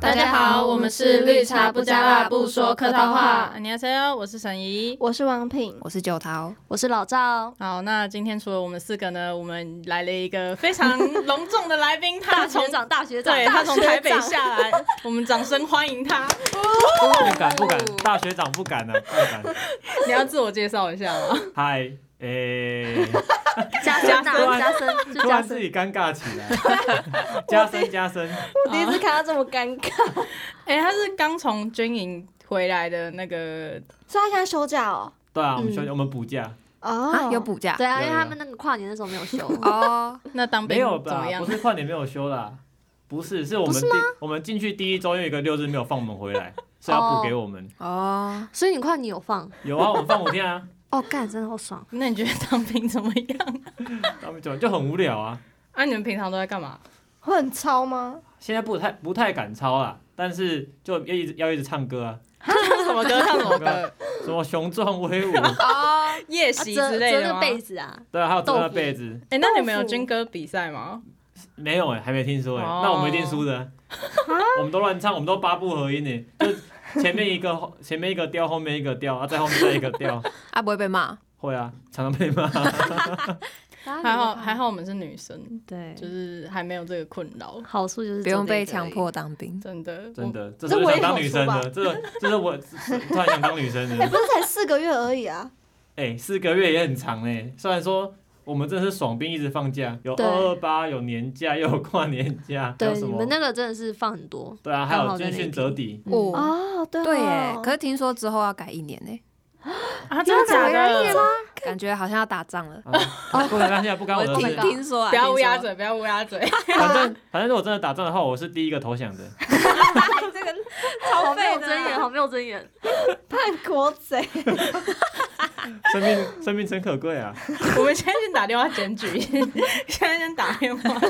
大家好我们是绿茶不加辣不说客套话啊你好，哦我是沈怡。我是王品，我是九桃，我是老赵，好，那今天除了我们四个呢，我们来了一个非常隆重的来宾，大他 从学长，大学长，对大他学从台北长， 下来，我们掌声欢迎 他。不敢不敢，大学长不敢啊，不敢。你要自我介绍一下吗？嗨，诶、加深突啊，然加 深，就突加然自深。己尴尬起来，加深加深，第一次看他这么尴哦尬，哎、他是刚从军营回来的那个，所以他现在休假哦。对啊，我们休息，我们补假，哦啊，有补假对啊，因有为有他们那个跨年的时候没有休。 哦，那当兵没有嗯怎吧么？样不？是跨年没有休啦，不是，是我们第我们进去第一周又有一个六日没有放我们回来，所以要补给我们。哦，所以你跨年有放有啊，我们放五天啊，哦，干真的好爽。那你觉得当兵怎么 样？他们就就很无聊啊。啊，你们平常都在干 嘛？会很超吗？现在不太不太敢抄啊，但是就要一直要一直唱歌啊，唱 什么歌？ 唱什么歌？什么雄壮威武，哦，夜啊袭折之类折的那吗？被子啊，对啊，还有折豆那腐被子，哎、那你们豆有腐军歌比赛吗？没有哎、还没听说哎、哦那我们一定输啊的。我们都乱唱，我们都八不合音呢，就前面一个后前面一个调，后面一个调，啊，在后面再一个调。啊，不会被骂， 会啊，常常被 骂。 还好还好，我们是女生，对，就是还没有这个困扰，好处就是不用做这个被强迫当兵。真的，真的，这这是我我也想当有女输生吧的，这个这是我 突然想当女生哎、 的。不是才四个月而已啊！哎、四个月也很长哎，虽然说。我们真的是爽兵，一直放假，有对二二八，有年假，又有跨年假，还有对什你么们？那个真的是放很多嗯对啊，还刚有好在军那训一 折抵，哦哦，对哦对耶，可是听说之后要改一年呢，啊，真的假的？感觉好像要打仗了。哦啊，不然现在不干我的我事听。 听说 啊，不要乌鸦听说，嘴，不要乌鸦嘴。 反正反正如果真的打仗的话，我是第一个投降的。好没有啊尊严，好没有尊严。叛国贼，生命生命诚可贵啊！我们现在先打电话检举， 现在先打电 话。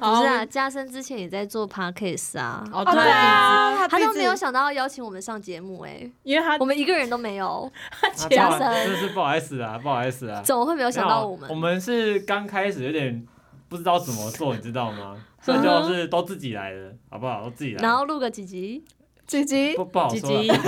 不好是啊，加深之前也在做 podcast 啊，哦哦对啊，啊，他鼻都子没有想到要邀请我们上节目哎、因为他我们一个人都没有，啊加不好深真的是不好意思啊，不好意思啊。怎么会没有想到我们我？们是刚开始有点不知道怎么做，你知道吗？所以就是都自己来的，好不好？都自己来。然后录个几集，姐姐不不好吉说吉啊。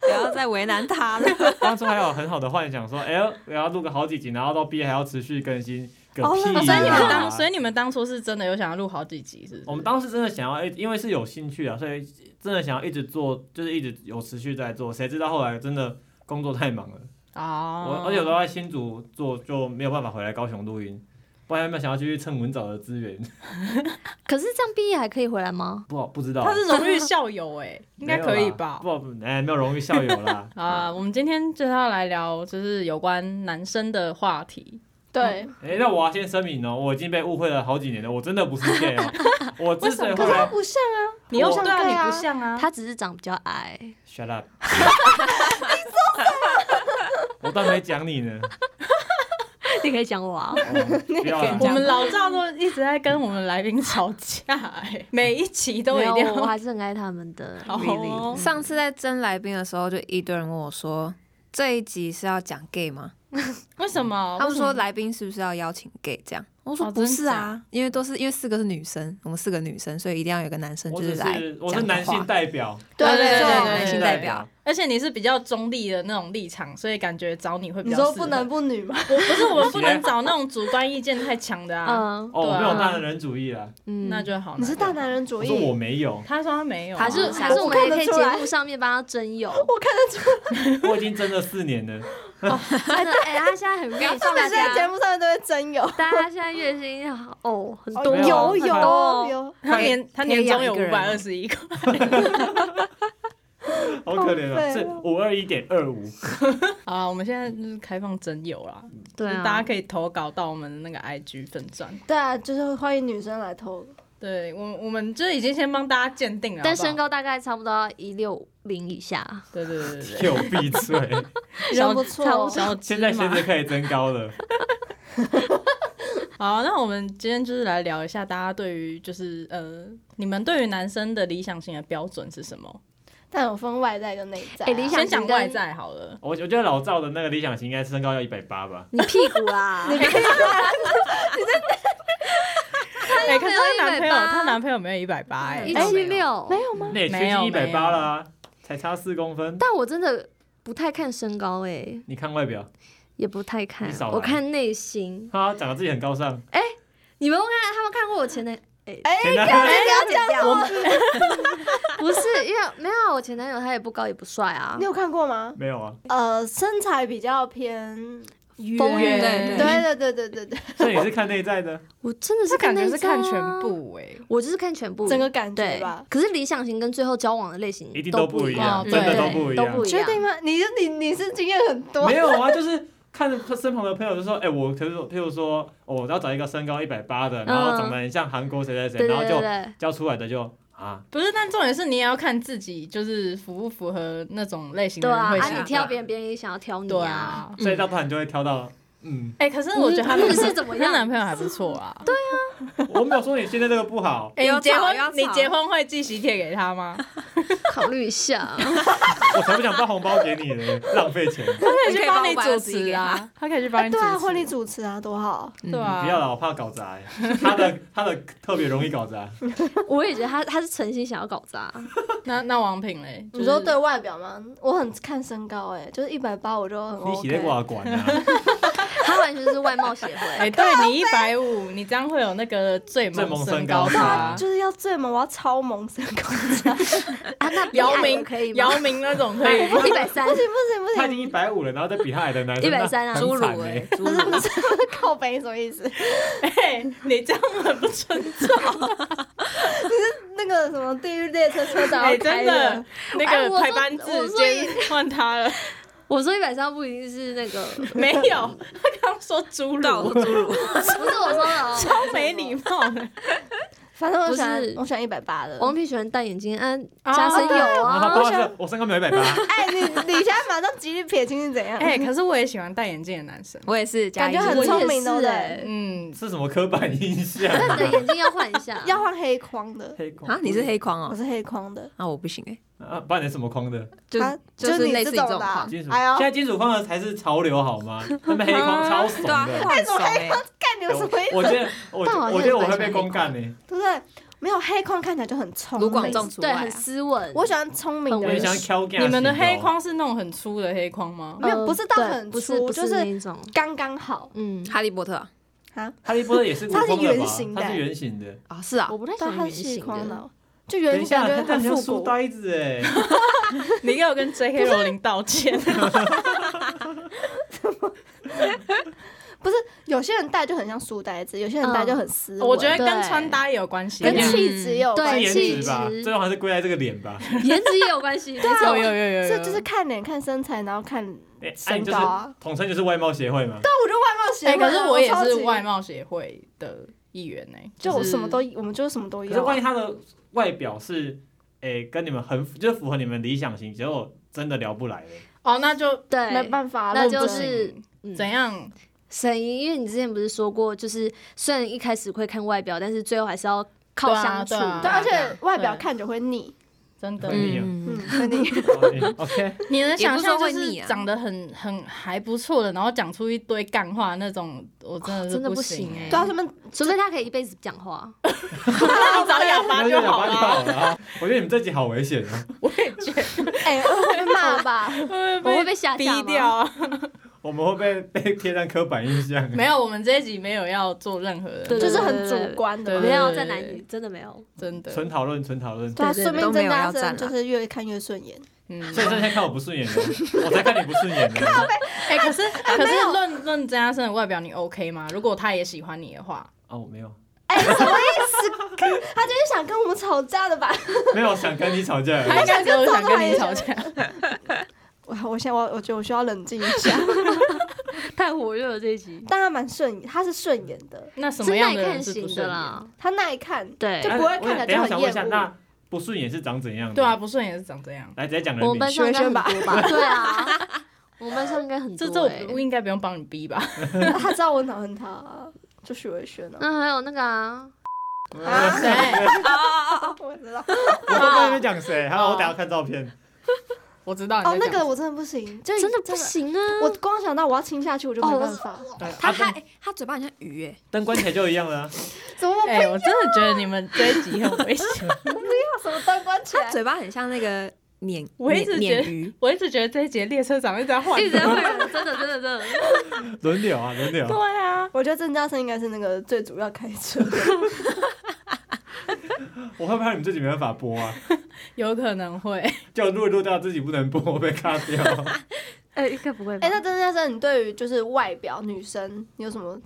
不要再为难他了。 当初还有很好的幻想，说哎呦，我要录个好几集，然后到毕业还要持续更新，个哦屁那所以你们当，啊！所以你们当初是真的有想要录好几集，是不是？我们当时真的想要，哎因为是有兴趣啊，所以真的想要一直做，就是一直有持续在做。谁知道后来真的工作太忙了。哦，我而且我都在新竹做，就没有办法回来高雄录音，不然有没有想要继续蹭文藻的资源？ 可是这样毕业还可以回来吗？不好不知道，他是荣誉校友 哎，应该可以吧。没？有啦不，哎，没有荣誉校友啦 啊，我们今天就是要来聊，就是有关男生的话题。对，哎，那我要先声明哦，我已经被误会了好几年了，我真的不是 gay 哦，我之所以可后是他来不像啊，你又我对啊，对你啊不像啊，他只是长比较 矮，shut up，我倒没讲你 呢，你可以讲我啊。哦不要啦我们老赵都一直在跟我们来宾吵架、哎， 每一集都一 没定有，我要。哦还是很爱他们的。 好 really 上次在争来宾的时候，就一堆人问我说。这一集是要讲 gay 吗？为什么？他哦们为说什么来宾是不是要邀请 gay 这样？我哦说不是真啊，因为都是因为四个是女生，我们四个女生，所以一定要有个男生我就只来是我讲是的男话性代表，对啊对没对错对男性代表，而且你是比较中立的那种立场，所以感觉找你会比你较说适不合男不女 吗？我不是我们不能找那种主观意见太强的啊，嗯哦，我对啊没有大男人主义啦，嗯，那就好。你是大，男人主我义，说我没有，他说他没有啊、还是还是我们也可以节目上面帮他征友。我看得出，我已经争了四年了，真的，哎，他现在很热他心，们大现在节家，目上面都会真有，大家现在月薪哦很有多，没有有啊有很多哦有，他年他年终有可以五百养一个二人十一个， 好可怜好废哦啊，是五二一点二五，好啊，我们现在就是开放真友啦，对就是大家啊，可以投稿到我们的那个 IG 粉钻。对啊，就是欢迎女生来投，对我我们就是已经先帮大家鉴定了，但好不好身高大概差不多要一六零以下，对对对对给我闭嘴。对，人小不错差哦不，小现在芝鞋麻子可以增高了， 好，那我们今天就是来聊一下，大家对于就是呃，你们对于男生的理想型的标准是什么？但有分外在跟内在啊。哎理想先型讲跟外在好了。我我觉得老赵的那个理想型应该是身 高要一百八吧，你屁股啊，你可以，哎，可是她男朋友， 180她男朋友没有一百八哎，一哎七六，没有吗？那也接没有近一百没有八了啊，才差四公分。但我真的不太看身高哎，你看外表，也不太看你少，来我看内心。他讲的自己很高尚，你们看他们看过我前男哎前男友不要讲我， 不是因为没有我前男友，他也不高也不帅啊你，有看过吗？ 没有啊？呃，身材比较偏，风云对嗯对对对对对对，所以你是看内在的，我真的这是感觉内是在啊看全，部哎，我就是看全部，整个感觉对吧。可是理想型跟最后交往的类型一定都都不一一样，哦真的对都不一都样不。一确样。定吗？你你你是经验很多没，有啊，就是看身旁的朋友就说，哎，我譬如说譬如说，哦我要找一个身高一百八的，然后长得很像韩国谁谁对谁，然后对对就对，教出来的就啊，不是，但重点是你也要看自己，就是符不符合那种类型的对人啊，会啊想你要。挑别人，别人也想要挑你对啊。所以到头你就会挑到，嗯，哎、可是我觉得她男你是怎么样她男朋友还不错啊。对，我没有说你现在这个不好，哎、有你结吵婚有吵你结婚会寄喜帖给他吗？考虑一下。我才不想包红包给你呢，浪费钱。他可以你可以去帮帮我你把主二十一持给啊，他可以去帮哎你主对持。啊，婚礼主持啊，多好！对啊，不要了，我怕搞砸、 欸。他的他的特别容易搞砸， 我也觉得他他是诚心想要搞砸，那那王品嘞？你就说是对外表吗？我很看身高，哎，就是一百八我就很你 OK 洗。在挂管啊，他完全是外貌协哎、会。对你一百五，你这样会有那个最最萌萌身高高差差，就是要最萌，我要超萌身高 差，不行啊，那比姚矮的明可以吗？姚明那种可以吗？ 一百三，不行他已经一百五了，然后再比他矮的男生， 130啊那侏很惨儒哎欸，侏不行，儒不是靠背什么意思？哎、你这样很不尊重。 那个什么地狱列车车长哎、要开真的，那哎我个说排班制我说先换他了。我说一百三不一定是那个，没有，他刚说侏到儒，侏儒，不是我说的哦。超没礼貌的。反正我喜不欢是我喜欢一百八的。王品喜欢戴眼镜，嗯，哦加深有然后啊。不好意思，我身高没有一百八，哎，你你现在马上极力撇清是怎样？ 哎、可是我也喜欢戴眼镜的男生。我也是加感一觉个，很聪明，对不我也是哎对？嗯，是什么刻板印象？啊但你的眼镜要换一下， 要换黑框的，黑框啊，你是黑框我哦，是黑框的，那我不行哎，啊，不然你什么框的？就啊就是你类似你这种这种的啊框，金属，哎呦现在金属框的才是潮流好吗？他们黑框超怂对啊，的。换手哎，干啊你有什么意思？欸我觉得，我但我好像我觉得我会蛮喜欢被公干欸呢。对不对？没有黑框看起来就很聪明。卢广仲除对，外啊很，斯文。我喜欢聪明我的也人喜，欢挑干。你们的黑框是那种很粗的黑框吗？没有呃不是到对很不是粗不就是是那种，刚刚好。嗯，哈利波特啊哈利波特也是无框它是的吧圆形？的它是圆形的。啊，是啊我，不太喜对，欢它圆是细形框的。的，哦就圆等一形下，感觉但你像很书复古。呆子哎。你给我跟 J.K. 罗琳道歉。有些人戴就很像书呆子，有些人戴就很斯哦文。我觉得跟对穿搭也有关系啊，跟气质也有对关是系，颜值吧，气质最后还是归在这个脸吧。颜值也有关系，对有有有有有，这就是看脸、看身材，然后看哎，啊、身你就高啊是统称就是外貌协会嘛。那我就外貌协哎，会啊，可是我也超是级外，貌协会的一员欸呢，就我是什么都，我们就是什么都可是要万一啊。他的外表是，哎、跟你们很符就是符合你们理想型，结果真的聊不来了。哦，那就对，没办法啊，哎那认就真是嗯嗯怎样？沈怡，因为你之前不是说过，就是虽然一开始会看外表，但是最后还是要靠对啊相处。对啊对，而且外表对看着会腻，真的，嗯嗯，会腻。 哦 OK，你能想象就也不是说会是腻啊长得很很还不错的，然后讲出一堆干话那种，我真的哦是真的不不行行哎。对啊，他们除非他可以一辈子不讲话，那 你找哑巴那就哑好巴就了。好了啊。我觉得你们这集好危险哦， 我也觉得哎会被骂吧？会我会不被吓逼吓吗掉。啊。 我们会被被贴上刻板印象。没有，我们这一集没有要做任何的，对就是很主观的嘛啊没。有对在男女真的没有。真的，纯讨论，纯讨论。对啊，对顺便都没增有加要赞深，啊就是越看越顺眼。嗯，所以你现在看我不顺眼了，我才看你不顺眼呢。哎、可是可是论论曾嘉生的外表，你 OK 吗？如果他也喜欢你的话，啊，我没有，哎，什么 意思？他就是想跟我们吵架的吧？没有想跟你吵架而已。他应该只有想跟你吵架。我我现在我我觉得我需要冷静一下，太火热了这一集，但他蛮顺眼，他是顺眼的，那什是么样耐的人看是不型顺的眼？啦。他耐看。对就，不会看起来哎等就一下很想问一下，厌恶。那不顺眼是长怎样的？对啊，，不顺眼是长这样。来直接讲人我们名。班上应该学很生多吧吧？ 对啊，我们班上应该 很多这欸。这我不应该不用帮你逼吧？他知道我讨厌他啊，就许维轩啊。那还有那个啊，啊对， 我知道，我都不知道在那边讲谁，还有我等一下看照片。我知道你哦，在那讲什个么我真的不行，就真的不。行啊！我光想到我要亲下去，我就没哦办法。对他啊还跟他嘴巴很像鱼哎，跟关起来就一样了啊。怎么哎、我真的觉得你们这一集很危险。什么灯关起他来？嘴巴很像那个鲶哎我一直鲶觉鲶得鱼，，我一直觉得这一集的列车长一直在换。一直在会，真的真的真的， 轮流啊，轮流。对啊，我觉得郑嘉生应该是那个最主要开车的，我会不会你们自己没办法播啊？有可能会。就录一录到自己不能播，我被卡掉。 哎，应该不会 吧哎、？那郑嘉生，你对于就是外表女生，你有什么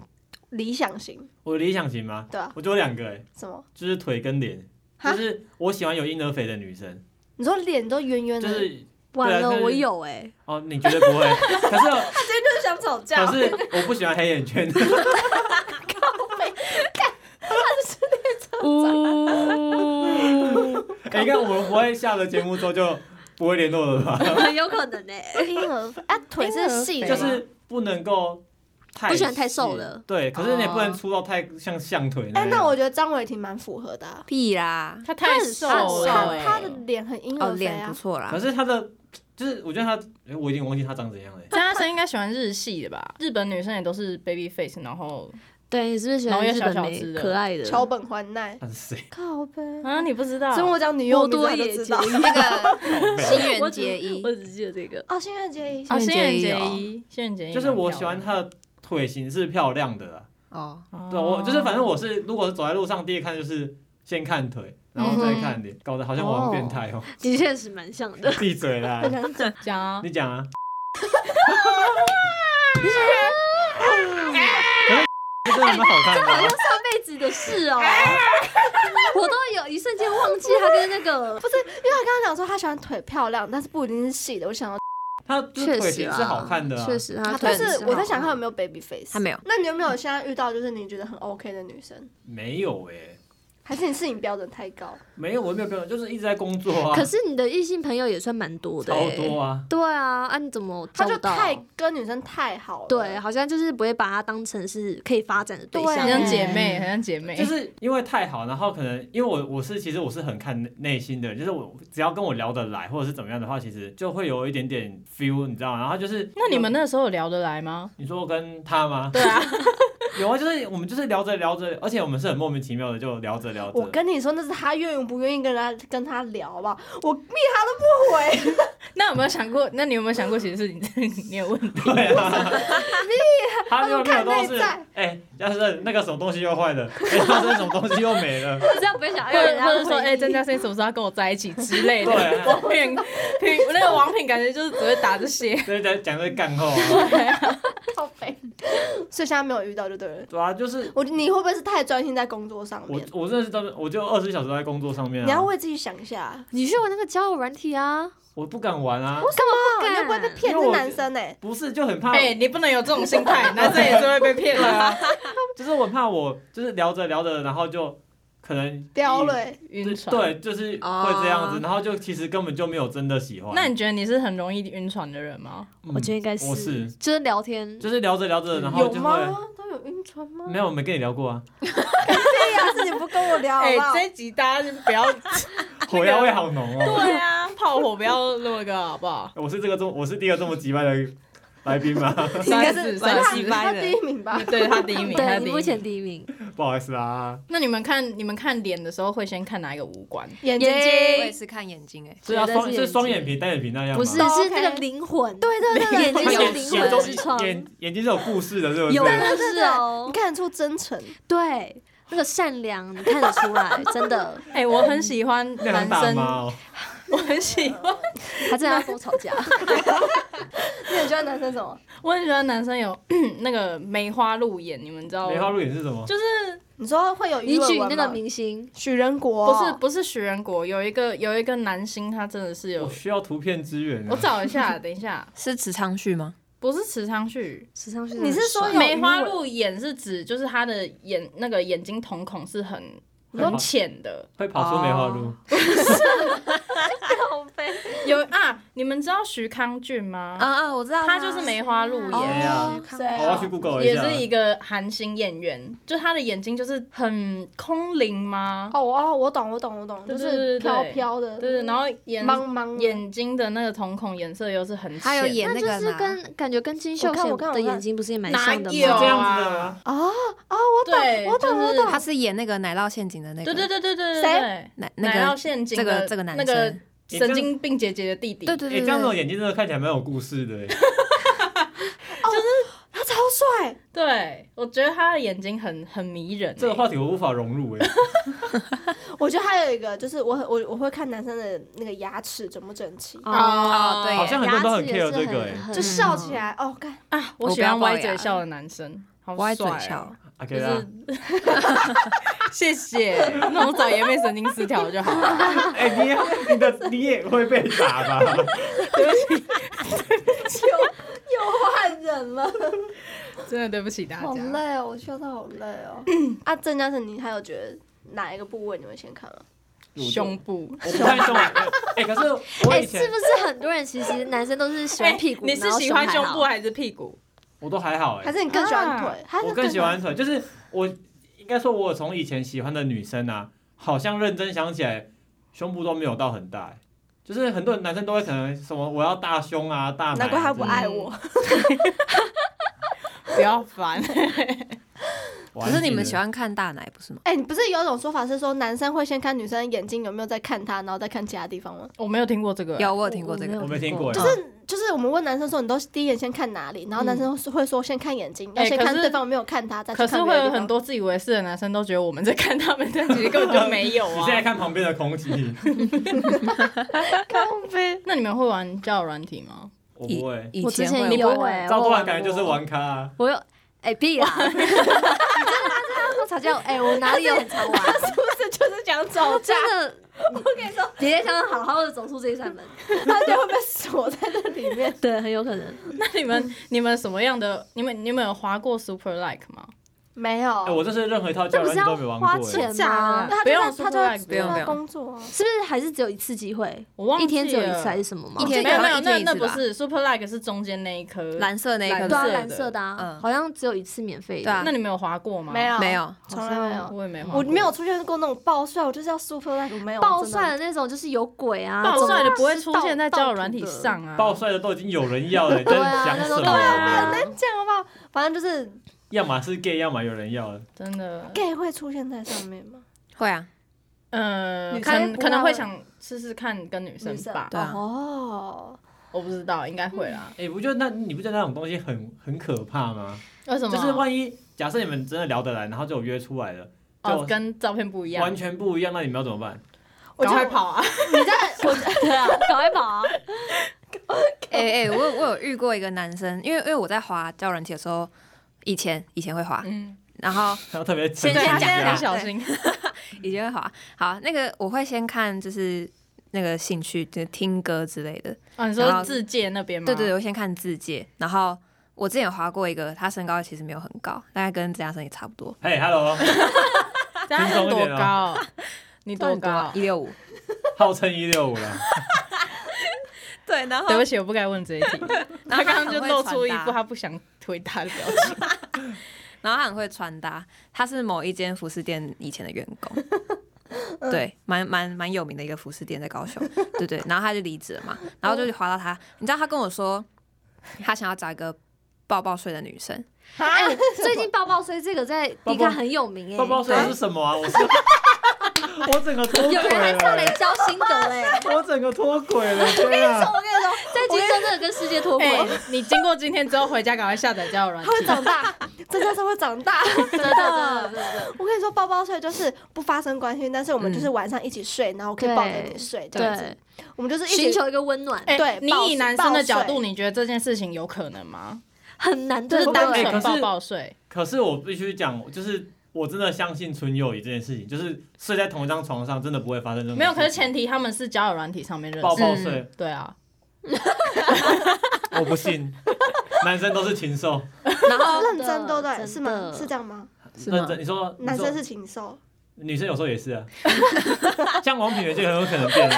理想型？ 我的理想型吗？对啊，我就有两个哎，什么？就是腿跟脸，哈就是我喜欢有婴儿肥的女生，你说脸都圆圆就的，是他完了，对啊我有哎，哦，你绝对不 会。可今天是就是想吵架可是我不喜欢黑 眼圈，啊 呜，哎你看我们不会下了节目之后就不会联络了吧？很 有可能哎。婴儿肥啊，腿是细的就吗，是不能够太不喜欢太瘦细了。哦对，可是你也不能哦粗到太像象腿那哎、样。那我觉得张伟婷蛮符合的、啊，屁啦，他太瘦她了、她欸，她的脸很婴哦儿肥脸啊不，错啦可，是他的就是我觉得他，哎我已经忘记他长怎样 了。张嘉生应该喜欢日系的吧？日本女生也都是 baby face，然后对，你是不是喜欢然后又日本小小美只的可爱的？桥本环奈，他是谁？哦靠背。啊，你不知道所以我讲女优波名字多他野就结知衣道。那个新我垣只结衣 我只记得这个。哦，新月结衣，啊，轩新辕垣结结衣哦衣，新垣结衣， 就是我喜欢，他的腿型是漂亮的啦。哦，哦对，我就是反正我是，如果是走在路上，第一看就是先看腿，然后再看嗯脸，搞得好像我很变态哦。的确是蛮像的。 闭 嘴啦！讲啊，你讲啊。 可是 这真的蛮好看的 啊。上辈子的事 哦，我都有一瞬间忘记他跟那个不是，因为他刚刚讲说他喜欢腿漂亮，但是不一定是细的。我想到，他就是确腿实型啊是好看的啊。确实他腿他但腿是我在想他有没没有 baby face，他没有。那你有没有现在遇到就是你觉得很 OK 的女生？没有哎，还是你是你标准太 高？没有，我没有朋友，就是一直在工作啊。可是你的异性朋友也算蛮多的、超欸，多啊。对啊，啊你怎么他找就不到？太跟女生太好了，对，，好像就是不会把他当成是可以发展的对象。很对啊 像姐妹，很像姐妹，就是因为太好，然后可能因为我我是其实我是很看内内心的人，就是我只要跟我聊得来或者是怎么样的话，其实就会有一点点 feel，你知道吗？然后就是那你们那时候有聊得来吗？你说跟他吗？对啊， 有啊，就是我们就是聊着聊着，而且我们是很莫名其妙的就聊着聊我着。跟你说，那是他愿意不愿意跟他跟他聊好不好？我密他都不回，密那有没有想过？那你有没有想过，其实是你 你有问题？对啊，他他没有们没有看都内是在哎，嘉是那个什么东西又坏了，哎，他这什么东西又没了，这 样不会想或要人者家或者回应说，哎，郑嘉生什么时候要跟我在一起之类 的？对啊王品品那个王品感觉就是只会打这 些。就是在讲这干话啊，靠背，所以现在没有遇到就对了。对啊，就是我你会不会是太专心在工作上我面？我认识到我就二十小时都在工作上面你要啊，为自己想一下，你去玩那个交友软体啊，我不敢玩啊，哦，你又不会被骗，因为是我男生哎，不是就很怕哎，你不能有这种心态，男生也是会被骗对的。啊， 就是我怕我就是聊着聊着，然后就可能飙了，欸晕船。。对，就是会这样子，哦然后就其实根本就没有真的喜欢。那你觉得你是很容易晕船的人吗？嗯我觉得应该是，我是就是聊天，就是聊着聊着，然后有就会吗？都有晕船吗？没有，我没跟你聊过啊， 对呀，是你不跟我 聊好不好？哎一集大家就不要火药味好浓哦。对啊，炮火不要那个好不好？我是这个这么我是第一个这么急败的来宾吗？ 你应该算是是算他是他第一名 吧？对他第一名，他对第你一目名前。第一名，不好意思啦，那你们看你们看脸的时候会先看哪一个五 官？眼睛眼睛我也是看眼睛哎，是要啊绝对双是是双眼眼皮单眼皮那样吗？不是都是 OK 那个灵魂，对对对，眼睛它有眼灵眼魂中之窗，眼眼睛是有故事的，对不有对？故事哦你，看得出真 诚，对，那个善良你看得出来，真的，哎、我很喜欢那男很大生，妈哦，我很喜欢，他真的要跟我吵架，你很喜欢男生什么？我很喜欢男生有 那个梅花鹿眼，你们知道梅花吗？鹿眼是什么？哦就是 你说会有你鱼尾举纹那个吗明星，许仁国不是不是许仁国，有一个有一个男星，他真的是有我，哦需要图片支援啊。我找一下， 等一下，是池昌旭吗？不是池昌旭，时尚你是说哦有梅花鹿眼是指就是他的眼那个眼睛瞳孔是很很浅的，会跑出梅花鹿，有啊，你们知道徐康俊吗？啊啊，我知道他就是梅花鹿谁演。啊哦，谁啊我要去 Google 一也下。是一个韩星演员，就他的眼睛就是很空灵吗？哦哦，我懂，我懂，我懂，对就对对对是飘对飘的，对，然后眼茫茫的眼睛的那个瞳孔颜色又是很浅，还有演那那就个是嘛跟感觉跟金秀我看贤我看的我看眼睛不是也蛮哪像的有哦这吗？样子啊的啊吗，对，我懂就是我懂他是演那个奶酪陷阱的那个，对对对对对对谁对，奶那奶酪个陷阱这个的这个男那个生，神经病姐姐的弟弟，对对哎，对这样子我对，眼睛真的看起来蛮有故事的欸。他超帅，对，我觉得他的眼睛很很迷人欸、这个话题我无法融入哎。我觉得还有一个就是我很我我会看男生的那个牙齿整不整齐，哦对耶好像很多牙人都齿很也 care 是这个很哎。很就笑起来哦，看啊，我我喜不要欢龅歪嘴牙笑的男生，好歪嘴帅哦笑，啊，就给他是。 谢谢，那我找爷妹神经失调就好了。 哎，你也你的你也会被打吧？又换人了，真的对不起大好家。累哦，我笑到好累哦。嗯啊，郑嘉诚，你还有觉得哪一个部位你会先看吗？胸部，我不太懂哎。哎，可是我哎、以是前不是很多人其实男生都是喜欢屁股？哎你是然后喜欢还胸好部啊还是屁股？我都还好哎还。是你更喜欢腿？啊还是我更喜欢腿，就是我应该说，我从以前喜欢的女生啊，好像认真想起来，胸部都没有到很大、欸就是很多男生都会可能什么我要大胸啊大奶，难怪他不爱我。 不要烦， 我还可记得是你们喜？欢看大奶不是吗？哎、你不是有一种说法是说男生会先看女生眼睛有没有在看她，然后再看其他地方吗？我没有听过这个。有我有听过啊这我个，没听过就欸是就是我们问男生说你都第一眼先看哪里，然后男生是会说先看眼睛，要嗯哎先可看是对方有没有看他，再去可是看别会的地有方很。多自以为是的男生都觉得我们在看他们，但其实根本 就没有你现在啊。看旁边的空气，那你们会玩交友软体吗？我不会。以我之前会有玩哎、赵我多玩然感觉就是过玩咖、啊，我有哎、屁 啦！你真的他这样吵架？哎、我哪里有很常 玩？这哦就是讲 吵架，真的，我跟你说，别想好好的走出这一扇门。他就会被锁在那里面。对，很有可能。 那你们你们什么样的？你们你们有划过 Super Like 吗？没哎、有，我这是任何一套这交友不软是要件都没玩过、花欸。钱那吗啊？ 他不就用在他 Super Like，就不在用不他用工作啊。是不是还是只有一次机会？我忘记一天只有一次还了是什么吗一？天没有没有，一天那一那次不吧是 Super Like 是中间那一颗蓝色那一颗蓝对啊，色的蓝色的啊嗯，好像只有一次免费对啊的。那你们有划过吗？没，有没，有，从来没有。我也没划过。我没有出现过那种爆帅，我就是要 super like，我没有爆真的帅的那种就是有鬼啊，爆帅的不会是出盗现在盗交友图软体的上啊。爆帅的都已经有人要了，你在对啊，想那时什候么、啊，这样好不好？反正就是要么是 gay，要么有人要了。真的， gay 会出现在上面吗？会啊，嗯，女可生能不可能会会想试试看跟女生女生吧，对啊，哦，我不知道，应该会啦。哎、不觉得那你不觉得那种东西很很可怕吗？为什么？啊就是万一假设你们真的聊得来，然后就约出来了，哦就，跟照片不一样，完全不一样，那你们要怎么办？我赶就快跑啊！ 对啊，赶快跑啊！哎哎、我有我有遇过一个男生，因为因为我在滑交友软体的时候，以前以前会滑，嗯，然后要特别先讲先一讲下要一下小心。以前会滑，好那个我会先看就是那个兴趣，就是听歌之类的，啊，你然说后自介那边吗？对对，对，我先看字界，然后我之前有划过一个，他身高其实没有很高，大概跟郑嘉诚也差不多，嘿，Hello，对啊，轻他松一多点哦高？你 多高？啊一六五。号称一六五了，对，然后对不起，我不该问这一题。然他刚后他刚很就会露穿出一搭副他不想回答的表情。然后他很会穿搭，他是某一间服饰店以前的员 工，对，蛮蛮蛮有名的一个服饰店在 高雄，对对。然后他就离职了嘛，然后就划到他，你知道他跟我说，他想要找一个抱抱睡的女生， 哎，最近抱抱睡这个在迪抱卡抱很有名哎，抱抱睡是什么啊？我是我整个脱有人轨还上来了，教心得哎， 我整个脱轨了，对啊，我跟你说，在街上真的跟世界脱轨哎，，你经过今天之后回家赶快下载交友软他会体。长 大，真的是会长大。真的真的真的，我跟你说，抱抱睡就是不发生关系，但是我们就是晚上一起睡，然后我可以抱着你睡这样子。对，我们就是一寻起求一个温暖哎 对你抱以睡男生的抱角度，睡你觉得这件事情有可能吗？很难就对是不单对？哎可纯是抱抱睡，可是我必须讲，就是我真的相信纯友谊这件事情，就是睡在同一张床上真的不会发生这种事情。没有。可是前提他们是交友软体上面认抱识。抱睡，对啊，我不信， 男生都是禽兽，然后认真，对不对？真是吗？的是这样吗？是认吗？真。你说男生，你是说禽兽，女生有时候也是啊， 像王品源就很有可能变啊。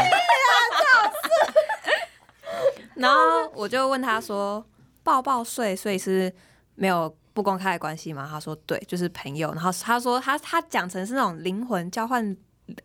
我就问他说，抱抱睡，所以是没有不公开的关系吗？他说对，就是朋友。然后他说他他讲成是那种灵魂交换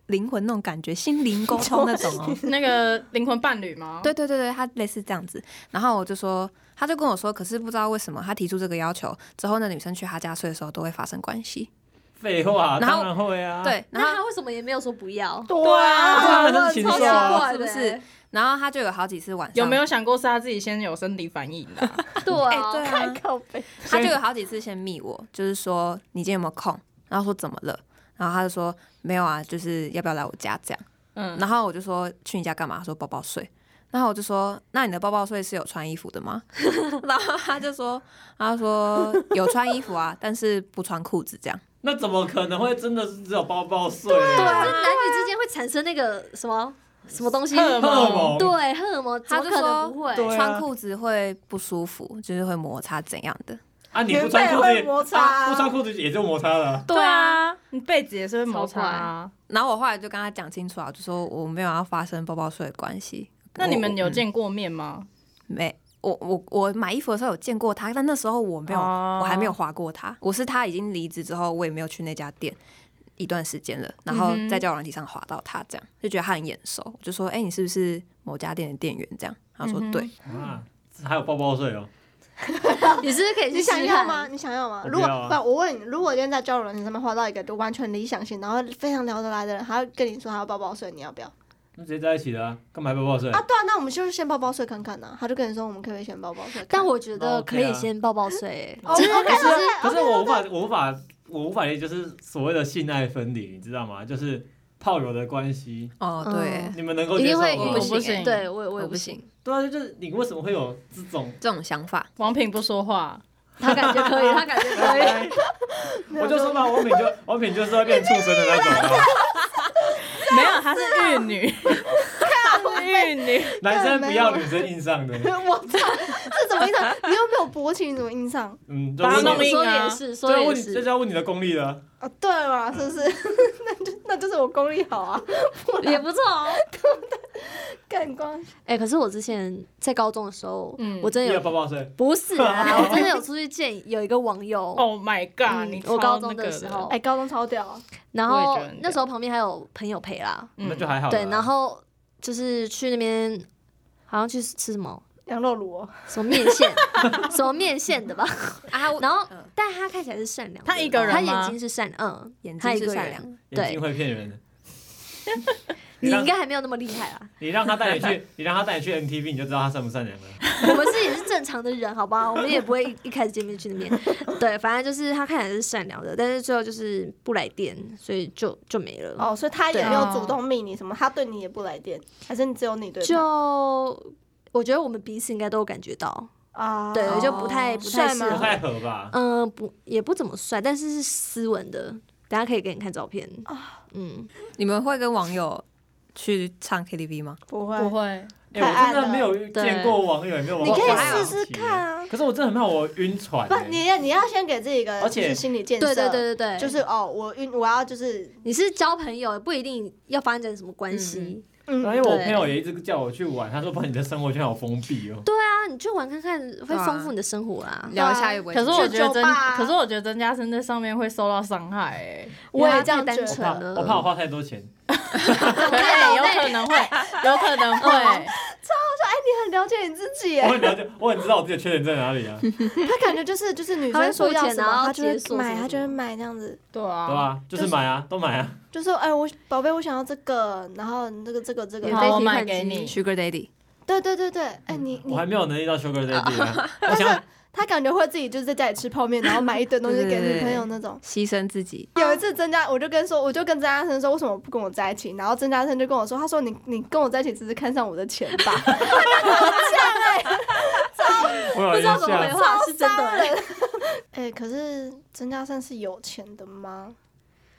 灵魂那种感觉，心灵沟通那种哦。那个灵魂伴侣吗？ 对对对对，他类似这样子。然后我就说，他就跟我说，可是不知道为什么他提出这个要求之后，那女生去他家睡的时候都会发生关系。废话，然后当然会啊。，对，那然后他为什么也没有说不要？对啊啊，这很禽超兽奇啊。怪是不的是欸，然后他就有好几次晚上有没有？想过是他自己先有生理反应的啊、对哎、啊，对太啊，靠背。他就有好几次先密我，就是说你今天有没有空？然后说怎么了？然后他就说没有啊，就是要不要来我家这样？嗯，然后我就说去你家干嘛？他说抱抱睡。然后我就说那你的抱抱睡是有穿衣服的吗？ 然后他就说他说有穿衣服啊，但是不穿裤子这样。那怎么可能会真的是只有抱抱睡？啊这男女之间会产生那个什么什么东西？啊荷尔荷尔蒙对，荷尔蒙怎他么就可能不说会？对啊穿裤子会不舒服，就是会摩擦怎样的？啊，你不穿裤子棉被会摩擦啊不穿裤子也就摩擦了。对啊，你被子也是会摩擦、啊。然后我后来就跟他讲清楚啊，就说我没有要发生抱抱睡的关系。那你们我有见过面吗？没？我我我买衣服的时候有见过他，但那时候我没有，哦我还没有划过他。我是他已经离职之后，我也没有去那家店一段时间了，然后嗯哼在交友软体上划到他，这样就觉得他很眼熟，我就说：“哎、你是不是某家店的店员？”这样，他嗯说：“哼对。啊，还有抱抱睡哦。你是不是可以去你想试要看吗？？你想要吗？我如不果要啊不，我问你，如果今天在交友软件上面画到一个就完全理想型，然后非常聊得来的人，他会跟你说他要抱抱睡，你要不要？啊，那直接在一起了、啊，干嘛还抱抱睡？对啊，那我们就是先抱抱睡看看呢、他就跟你说我们可不可以先抱抱睡看？但我觉哦得 OK 可以啊先抱抱睡、欸。哦，OK，可是可是我无法我无法我无法理解，就是所谓的性爱分离，你知道吗？就是炮友的关系，哦，对，你们能够嗯一接定受会我晕不吗？行欸对我也我也我不不行，对啊，就是你为什么会有这种？这种想法，王品不说话，他感觉可以， 他感觉可以。我就说嘛，王品就王品就是会变畜生的 那种啊、 没有，她是玉女，她是玉女。男生不要女生硬上的，我操，这怎么印上？你又没有勃起，你怎么印上？嗯，就把他问弄你，硬说的啊也是，说就的要也问你，这是就，要问你的功力了。啊，对嘛，是不 是？那就那就是我功力好 啊，也不错哦。干光 哎、可是我之前在高中的时候，嗯我真你的有有抱抱睡，不 是啊，我真的有出去见有一个网友， Oh my god！、嗯你超我高中那个的时候哎，高中超屌啊，然我也后觉得很那时候旁边还有朋友陪啦，嗯那就还好啦。嗯对，然后就是去那边好像去吃什么羊肉炉哦，什么面线， 什么面线的吧。啊，然后嗯，但他看起来是善良的，他一个人他吗眼睛是善，嗯，眼他睛一是个善人良，的。眼睛会骗人的。你让应该还没有那么厉害啦。 你让他带你去，你让他带你去 MTV，你就知道他善不善良了。我们是也是正常的人，好吧？我们也不会一一开始见面去那边。对，反正就是他看起来是善良的，但是最后就是不来电，所以就就没了。哦，所以他也啊没对有主动密你什么，他对你也不来电，还是你只有你对他？就我觉得我们彼此应该都有感觉到，啊，对，就不哦太不太帅适吗不合。太合吧？嗯、不也不怎么帅，但是是斯文的。大家可以给你看照片嗯，你们会跟网友去唱 KTV 吗？不会。不会，哎、太我暗真的了没有见过网友，也没有你可网友以试试看。啊，可是我真的很怕我晕船、不欸，，你要你要先给自己一个而且就是心理建设，对对对对对，就是哦，我晕，我要就是你是交朋友，不一定要发展什么关系。嗯然后因为我朋友也一直叫我去玩，他说把你的生活圈好封闭哦。啊，你去玩看看，会丰富你的生活啊啦。聊一下又不会啊可是我觉得去酒曾，吧啊可是我觉得曾嘉生在上面会受到伤害、欸，我也因为他这样太单觉得我纯怕了，我怕我花太多钱，对，有可能会，有可能嗯会，你很了解你自己耶我，很了解，我很知道我自己的缺点在哪里啊，对 他感觉就是就是女他会生说付要钱什么，然后他就会解锁什买，么他就什会么买这样子，对啊，吧？就是买啊，都买啊，就说哎，我宝贝，我想要这个，然后这个这个这个免，好费我提买款给你机。 Sugar Daddy，对对对对，哎你我你还没有能力到 Sugar Daddy 啊。我是想他感觉会自己就是在家里吃泡面，然后买一堆东西给女朋友那 种。牺牲自己，有一次曾家，我就跟说，我就跟曾家生说，为什么不跟我在一起？然后曾家生就跟我说，他说你你跟我在一起只是看上我的钱吧， 我有不印知道怎么回象，话是真的， 哎、可是曾家生是有钱的吗？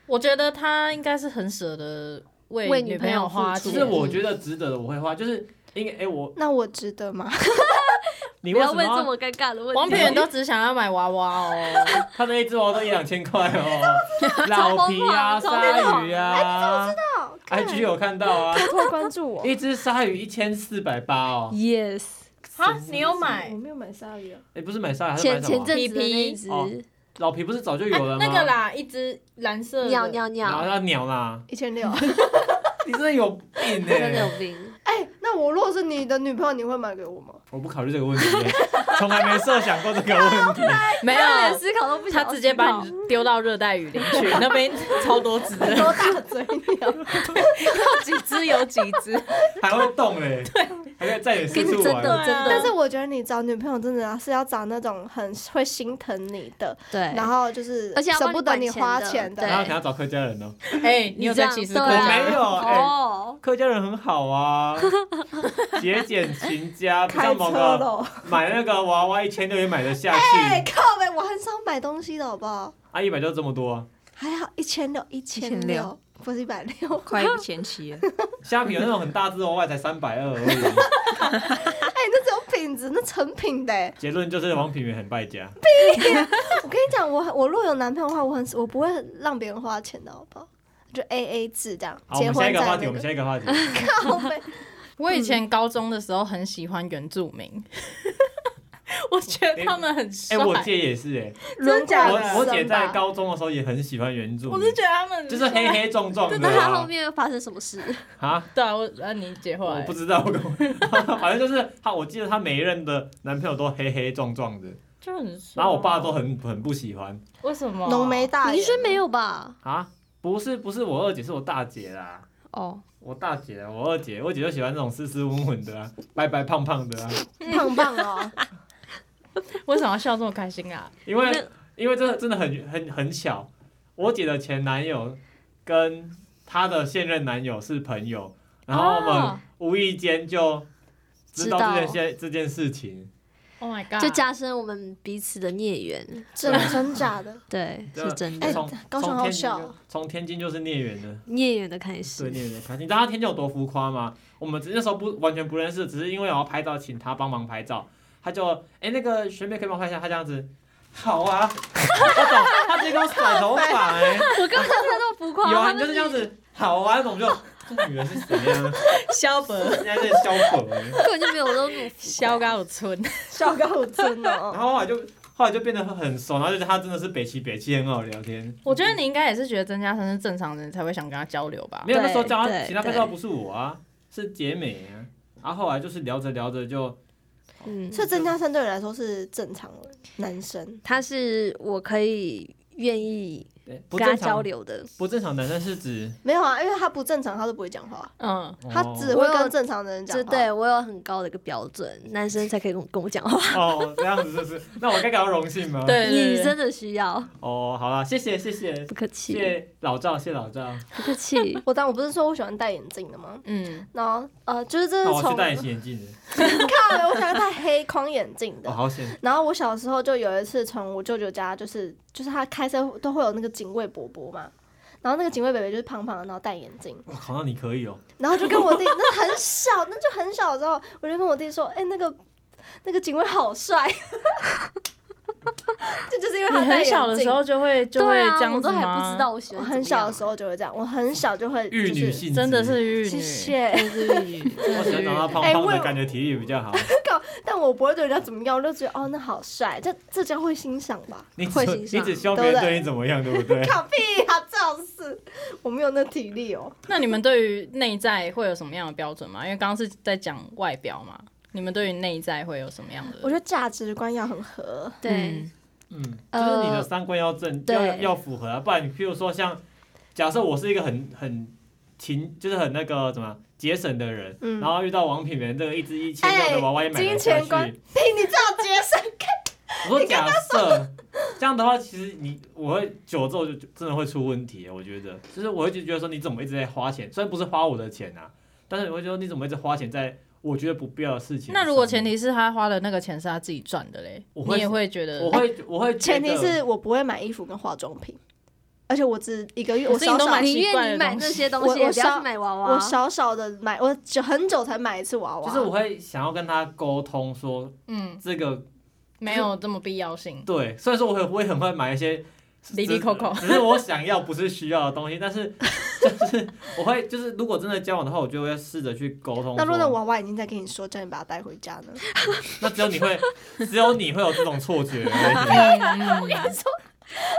我觉得他应该是很舍得为为女女朋朋友友付花出其钱，实我觉得值得的我会花，就是应该哎、我那我值得吗？你不为要什么问这要么尴尬的王问品题。源都只想要买娃娃哦，他那一只娃都一两千块哦，老皮啊，超疯狂超疯鲨狂鱼啊好看，IG 有看到啊， 多关注我一只鲨鱼一千四百八哦， Yes，啊，你有买我？没有买鲨鱼啊，哎，不是买鲨鱼，还是买前什前么？阵子的那一 PP 哦只老皮不哦是早就啊有了吗？那个，啦，一只蓝色的尿尿然后尿，要鸟啦，一千六。你真的有病真的哎！有病。 哎，那我如果是你的女朋友，你会买给我吗？我不考虑这个问题， 从来没设想过这个问题。没有，他连思考都不想他要思考，直接把你丢到热带雨林 去，那边超多只的， 多大嘴鸟？ 几只有几只，还会动嘞，还可以再点四跟真处的真玩。对啊的， 但是我觉得你找女朋友真的啊是要找那种很会心疼你的，对，然后就是而且要舍帮你不得你花管钱钱的的然后可能要找客家人哦，哎，你有在这样歧视对客啊家我没有哎哦，客家人很好啊，节俭勤家，不开像某车个嗯喽。买那个娃娃一千六也买得 下哎，去，靠呗，我很少买东西的好不好？啊，一百就这么多啊。还好一千六，一千1600六，不是一百六。 快前期了，虾皮有那种很大只的娃娃才三百二而已。哎，那只有品质，那成品的欸。结论就是王品源很败家，我跟你讲，我我若有男朋友的话，我很我不会让别人花钱的好不好？就 A A 制这样，好，我结们下一婚个再话那题，我们个下一个话题。靠 呗。我以前高中的时候很喜欢原住民， 我觉得他们很帅哎，。我姐也是哎，真假的？我我姐在高中的时候也很喜欢原著，我是觉得他们就是黑黑壮壮的那他后啊面发生什么事？啊。对啊，我啊你姐后我来不知道，我跟我 反正就是她，我记得她每一任的男朋友都黑黑壮壮的，就很帅，啊然后我爸都很很不喜欢为什 么浓眉大眼，你是没有吧？啊。不是不是，我二姐是我大姐啦，哦，我大姐啊，我二姐，我姐就喜欢那种斯斯文文的啊，白白胖胖的啊，胖胖 哦，为什么要笑这么开心啊？因为因为这真的很很很巧，我姐的前男友跟她的现任男友是朋友，然后我们哦无意间就知道知道这件事这件事情， Oh my 哎 god！就加深我们彼此的孽缘，真真假 的？对，对啊是真哎的从高雄从好天津小就从天津就是孽缘的，孽缘的开始对。孽缘的开心。你知道她天津有多浮夸吗？我们那时候不完全不认识，只是因为我要拍照，请她帮忙拍照，她就哎、那个学妹可以帮我拍一下，她这样子。好啊， 我懂，她直接给我甩头发哎、我刚刚看到浮夸， 有啊，他你们就是这样子，好啊，那种就 这女人是怎样？肖伯现在在消火、 欸，根本就没有那种肖高有 村，笑高真然哦，后后来就后来就变得很熟，然后就是他真的是北齐北齐很好聊天。我觉得你应该也是觉得曾家生是正常人才会想跟他交流吧没？有那时候叫他对请他拍对照不是我啊，是杰美啊。然后后来就是聊着聊着就 嗯，所以曾嘉生对你来说是正常的男生，他是我可以愿意诶哎不跟他正交常流的，不正常男生是指没有啊，因为他不正常，他都不会讲话，嗯，他哦只会跟正常的人讲这话。。对我有很高的一个标准，男生才可以跟我跟我讲话，哦这样子是不是？那我该感到荣幸 吗？对，对你对真的需要，哦，好啦，谢谢谢谢不客谢气，谢老赵，谢谢老赵。不客气我当我不是说我喜欢戴眼镜的吗？嗯，然后呃，就是这那是我从去戴隐形眼镜的，看我喜欢戴黑框眼镜哦的。好险，然后我小时候就有一次从我舅舅家，就是就是他开车都会有那个警卫伯伯嘛，然后那个警卫伯伯就是胖胖的，然后戴眼镜，我靠，那你可以哦，然后就跟我 弟，那很小，那就很小的时候，我就跟我弟说，哎、那个那个警卫好帅， 这就是因为你他戴很眼镜小的时候，就会 就会对这啊，样我子都还吗？不知道我喜我欢很小的时候，候就会这样，我很小就会玉就女欸是性质真的是玉女，谢谢，真的是玉女，我真的是喜欢玉长到女。胖哎胖我的，感觉体力比 较好。但我不会对人家怎么样，我就觉得哦，那好帅，这这叫会欣赏吧？你只会欣你赏只希望别对不人对对你怎么样，对不对？ 靠屁啊，这种事我没有那体力哦。那你们对于内在会有什么样的标准吗？因为刚刚是在讲外表嘛，你们对于内在会有什么样的？我觉得价值观要很合，对，嗯嗯，就是你的呃三观要正，对呃要要符合啊，不然譬如说像，假设我是一个很很勤，就是很那个怎么样节省的人，嗯哎然后遇到王品源这个一只一千六的娃娃也买得金下钱去，观，屁， 你这种节省我说假设。这样的话，其实你我会久了之后就真的会出问题，我觉得，就是我会就觉得说你怎么一直在花钱，虽然不是花我的钱啊，但是我会觉得你怎么一直花钱在我觉得不必要的事情上面。那如果前提是他花的那个钱是他自己赚的嘞，我会你也会觉得我会我会觉哎前提得是我不会买衣服跟化妆品，而且我只一个月我可是你少都少蛮你奇怪愿的意买东那西些东我西，也我不要稍去买娃啊娃。我少少的买，我久很久才买一次娃娃，就是我会想要跟他沟通说嗯这个没有这么必要性。对，虽然说我很我也很会买一些滴滴扣扣只是我想要不是需要的东西，但是就就是我会就是如果真的交往的话，我就会试着去沟通说。那如果那娃娃已经在跟你说，叫你把它带回家 呢？那只有你会，只有你会有这种错觉而已。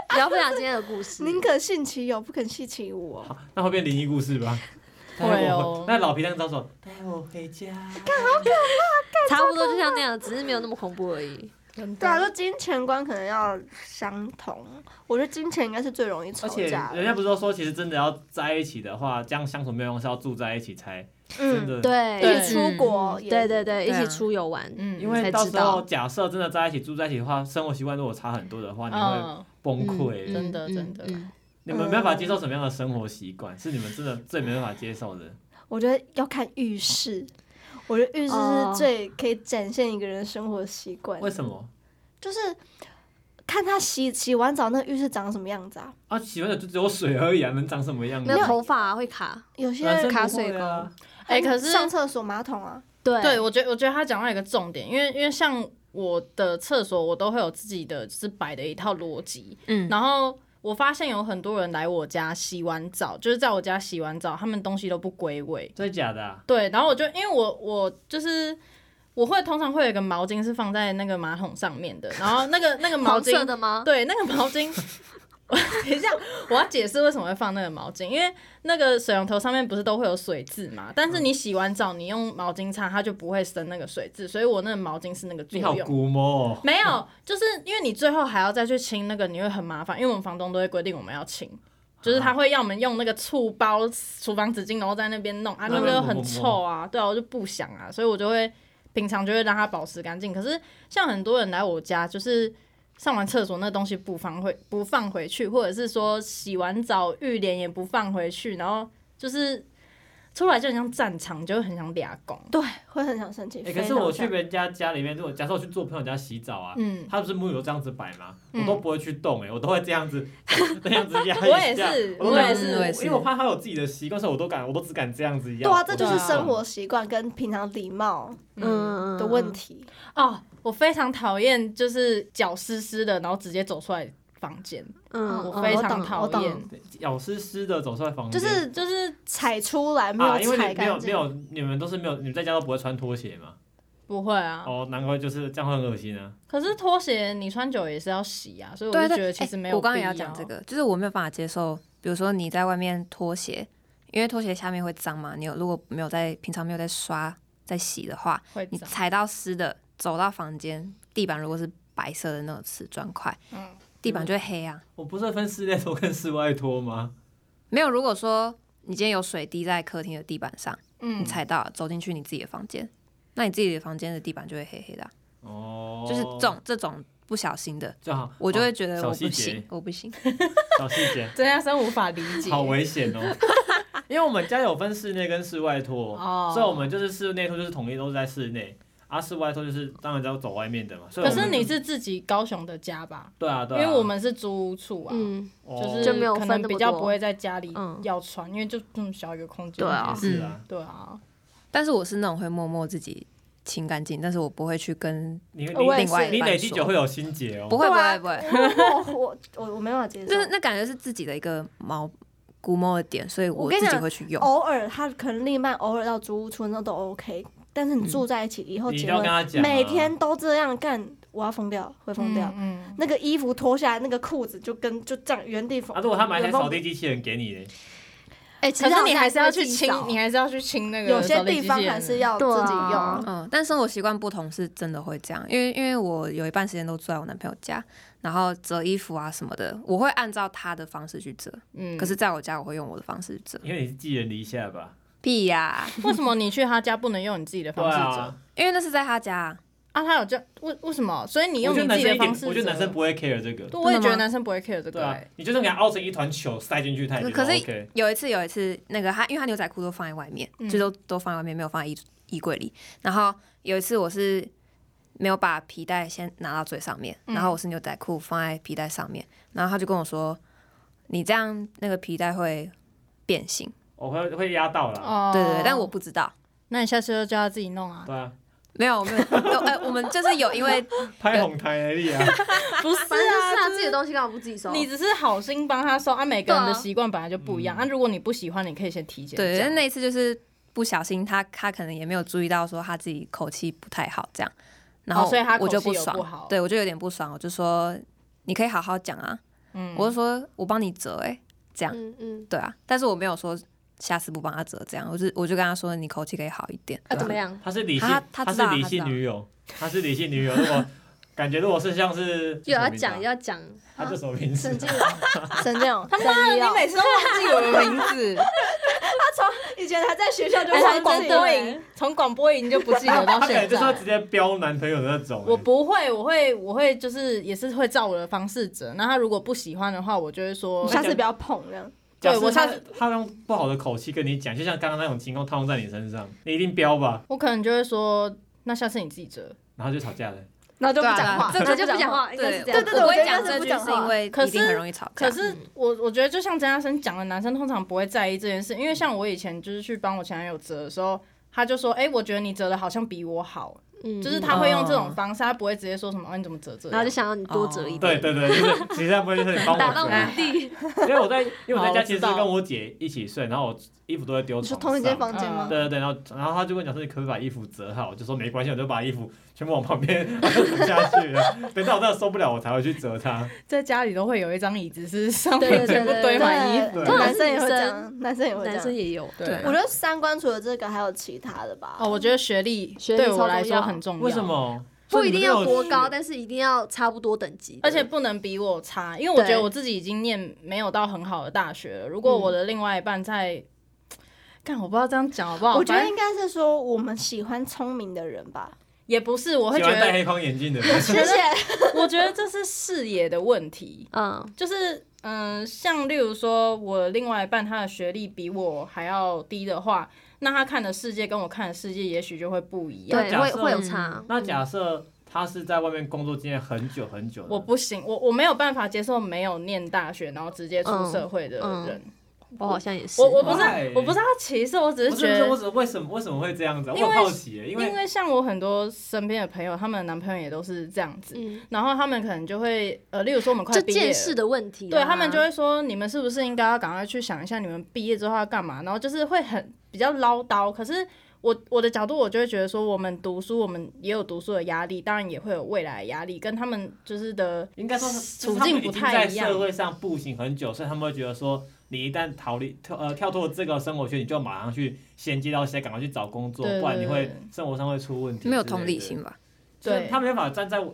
不要分享今天的 故事。宁可信其有，不肯信其无哦。好那会变灵异故事吧？会哦那老皮那个招手，带我回家。差不多就像那样，只是没有那么恐怖而已。嗯对啊，就金钱观可能要相同。我觉得金钱应该是最容易吵而且架的。人家不是都说，其实真的要在一起的话，这样相处没有用，是要住在一起才真嗯，的。嗯对一对起出国也，嗯对对对，一对啊起出游玩，嗯，因才为知到时道候假设真的在一起住在一起的话，生活习惯如果差很多的话，你会嗯，崩嗯溃。真的真的嗯你们没办法接受什么样的生活习惯，是你们真的最没办法接受的。我觉得要看浴室。我觉得浴室哦是最可以展现一个人生活习惯的，为什么？就是看他洗洗完澡那浴室长什么样子啊。啊，喜欢的就只有水而已啊，能长什么样嗯子？没有头发啊会卡，有些男人生卡不会水沟啊哎，可是上厕所马桶啊，对对，我觉得我觉得他讲到一个重点，因为因为像我的厕所，我都会有自己的就是摆的一套逻辑，嗯，然后。我发现有很多人来我家洗完澡，就是在我家洗完澡，他们东西都不归位。真的假的啊？对，然后我就因为我我就是我会通常会有一个毛巾是放在那个马桶上面的，然后那个那个毛黄巾色的吗？对，那个毛巾， 等一下，我要解释为什么会放那个毛巾，因为那个水龙头上面不是都会有水渍嘛，但嗯是你洗完澡你用毛巾擦，它就不会生那个水渍，所以我那个毛巾是那个作你好用。古摸哦，没有，就是因为你最后还要再去清那个，你会很麻烦，因为我们房东都会规定我们要清。就是他会要我们用那个醋包厨房纸巾，然后在那边弄啊，那那边个不很不不臭啊，对啊，我就不想啊，所以我就会平常就会让它保持干净。可是像很多人来我家，就是上完厕所那东西不放回不放回去，或者是说洗完澡浴帘也不放回去，然后就是出来就很像战场，就会很想俩拱。对，会很想生气。哎，可非是常我想去人家家里面，如果假设我去做朋友家洗澡啊，嗯，他不是木有这样子摆吗？嗯我都不会去动哎、我都会这样子 这样子压一下。我也是都这样我也是我也是因为我怕他有自己的习惯，所以我都敢，我都只敢这样子压。对啊，这就我是都不敢生活习惯跟平常礼貌嗯的问。题。哦，我非常讨厌就是脚湿湿的，然后直接走出来房间，嗯，我嗯非我常懂我讨懂厌。咬湿湿的走出来房就间。是就是踩出来没啊，因有为踩你没有干没净，有，你们都是没有，你们在家都不会穿拖鞋嘛？不会啊，哦，难怪就是这样会很恶心啊。可是拖鞋你穿久也是要洗啊，所以我对就对，觉得其哎实没有、我刚刚也要讲这，个，就是我没有办法接受，比如说你在外面拖鞋，因为拖鞋下面会脏嘛，你有如果没有在平常没有在刷在洗的话，会你脏。踩到湿的，走到房间，地板如果是白色的那种瓷砖块，嗯地板就会黑啊。我不是分室内拖跟室外拖吗？没有，如果说你今天有水滴在客厅的地板上，你嗯，踩到了走进去你自己的房间，那你自己的房间的地板就会黑黑的啊、哦，就是这种这种不小心的，就好，我就会哦觉得小我细不节行，我不行。小细 节，这样生无法理解。好危险哦。 因为我们家有分室内跟室外拖，哦所以我们就是室内拖就是统一都是在室内，啊，室外拖就是当然要走外面的嘛。所以可我们是你是自己高雄的家吧？对啊对因啊，为我们是租屋处啊，嗯，哦就是就没有可分能那么比较多不会在家里嗯要穿，因为就这么小一个空间。对啊也是啊，对啊，但是我是那种会默默自己清干净，但是我不会去跟，你你我也另外是一。你半累积说久会有心结不哦。会不对啊会不会，我我我 我没办法接受就。是那感觉是自己的一个毛估摸的点，所以我我跟你自己讲会去用。偶尔他可能另一半偶尔到租屋处那都 OK，但是你嗯住在一起以后你一结定要婚跟他，讲啊每天都这样干，我要疯掉，会疯掉。嗯，那个衣服脱下来，那个裤子就跟就这样原地缝啊，。如果他买一台扫地机器人给你呢？哎，可是你还是要去清清，，你还是要去清那个有些扫地地机方器人还是要自对啊己用啊。嗯，但生活习惯不同是真的会这样，因为因为我有一半时间都住在我男朋友家，然后折衣服啊什么的，我会按照他的方式去折，嗯，可是在我家我会用我的方式去折。因为你是寄人篱下吧？屁呀、为什么你去他家不能用你自己的对方式折？啊，因为那是在他家，啊，他有这样，为为什么？所以你我用觉得你自己男生的一点方，式折，我觉得男生不会 care 这个。对，我也真的吗觉得男生不会 care 这对个、啊欸。，你就算给他凹成一团球塞进去，他也觉得可可是 OK 有一次有一次那个他，因为他牛仔裤都放在外面，嗯就都都放在外面，没有放在衣衣柜里。然后有一次我是没有把皮带先拿到最上面，嗯然后我是牛仔裤放在皮带上面，然后他就跟我说：“你这样那个皮带会变形。我会会压到啦。哦对对对，但我不知道。那你下次就叫他自己弄啊。对啊，没有，没有，有呃，我们就是有因为拍红台而已啊， 不是反正就是啊，他就自己的东西，干嘛不自己收？你只是好心帮他收，啊，每个人的对啊习惯本来就不一样。嗯啊，如果你不喜欢，你可以先提前对，但讲。那一次就是不小心他，他可能也没有注意到说他自己口气不太好这样，然后哦所以他我就口气有爽，不好对我就有点不爽，我就说你可以好好讲啊，嗯我就说我帮你折哎、欸这样，嗯嗯，对啊，但是我没有说下次不帮他折这样，我就我就跟他说你口气可以好一 点，啊对怎么啊样？她是理性她，她她是知道理她知性道女友，她是理性女友。如果感觉如果是像是又要讲又，要讲，啊她叫什么名字 神？经了。神经哦，他你每次 都忘记我 的名字，以前还在学校就就忘哎从记广播了营，从广播营就不记得到她可能现就是在会直。接飙男朋友的那种欸。我不会，我会，我会就是也是会照我的方式折。那他如果不喜欢的话，我就会说下次不要碰这样。假对设我她下次她用不好的口气跟你讲，就像刚刚那种情况套用在你身上，你一定飙吧，我可能就会说，那下次你自己折。然后就吵架了。然后就不对啊讲话，对啊然后这就不讲话应该是对这样对对对我不我会觉得讲是这不句讲是话因为可一定是很容易吵架，可嗯是我我觉得，就像曾嘉生讲的，男生通常不会在意这件事，因为像我以前就是去帮我前男友折的时候，他就说：“哎、我觉得你折的好像比我好。”嗯就是他会用这种方式，他不会直接说什么“哦，你怎么折这然后就样想要你多折一哦对点，对对，就是其实她不会就是你帮我打到折目 的。因为我在，因为我在好家我其实知是道跟我姐一起睡，然后我衣服都会丢你说床同一间上。房间吗？对对对，然后然后她就跟我讲说，你可不可以把衣服折好？我就说没关系，我就把衣服全部往旁边 折下去了。等到我真的受不了，我才会去折它。？”在家里都会有一张椅子是上对面对全部对堆对满衣服。服对对男生也会男生这样，男生也会这男生样。也有，对啊我觉得三观除了这个，还有其他的吧。哦，我觉得学历学历对我超来重说要很重要。为什？么？不一定要多所以你们都有高，但是一定要差不多等级的，而且不能比我差，因为我觉对得我自己已经念没有到很好的大学了。如果嗯我的另外一半在，干、我不知道这样讲好不好？我觉反得正应该是说我们喜欢聪明的人吧。也不是，我会喜觉欢得戴黑框眼镜的人，谢谢。我觉得这是视野的问题，嗯，就是嗯、呃像例如说，我另外一半他的学历比我还要低的话，那他看的世界跟我看的世界也许就会不一样。对，假会设会有差。 那假设他是在外面工作经验很久很久的，我不行，我我没有办法接受没有念大学然后直接出社会的嗯嗯人。我好像也是，哦我我不是 Why？我不是要歧视，我只不是是觉不是，我得，只为什么为什么会这样子啊？我因为很好奇耶，因因为为像我很多身边的朋友，他们的男朋友也都是这样子，嗯，然后他们可能就会呃，例如说我们快就毕业见了。识的问题啊，对他们就会说，你们是不是应该要赶快去想一下，你们毕业之后要干嘛？然后就是会很比较唠叨。可是我我的角度，我就会觉得说，我们读书，我们也有读书的压力，当然也会有未来的压力，跟他们就是的，应该说是处境不太就是他们一已经样在社会上步行很久，所以他们会觉得说，你一旦逃离跳呃跳脱这个生活圈，你就马上去衔接到现在，赶快去找工作，对对不然你会对生活上会出问题。没有同理心，吧？对，对他没办法站在我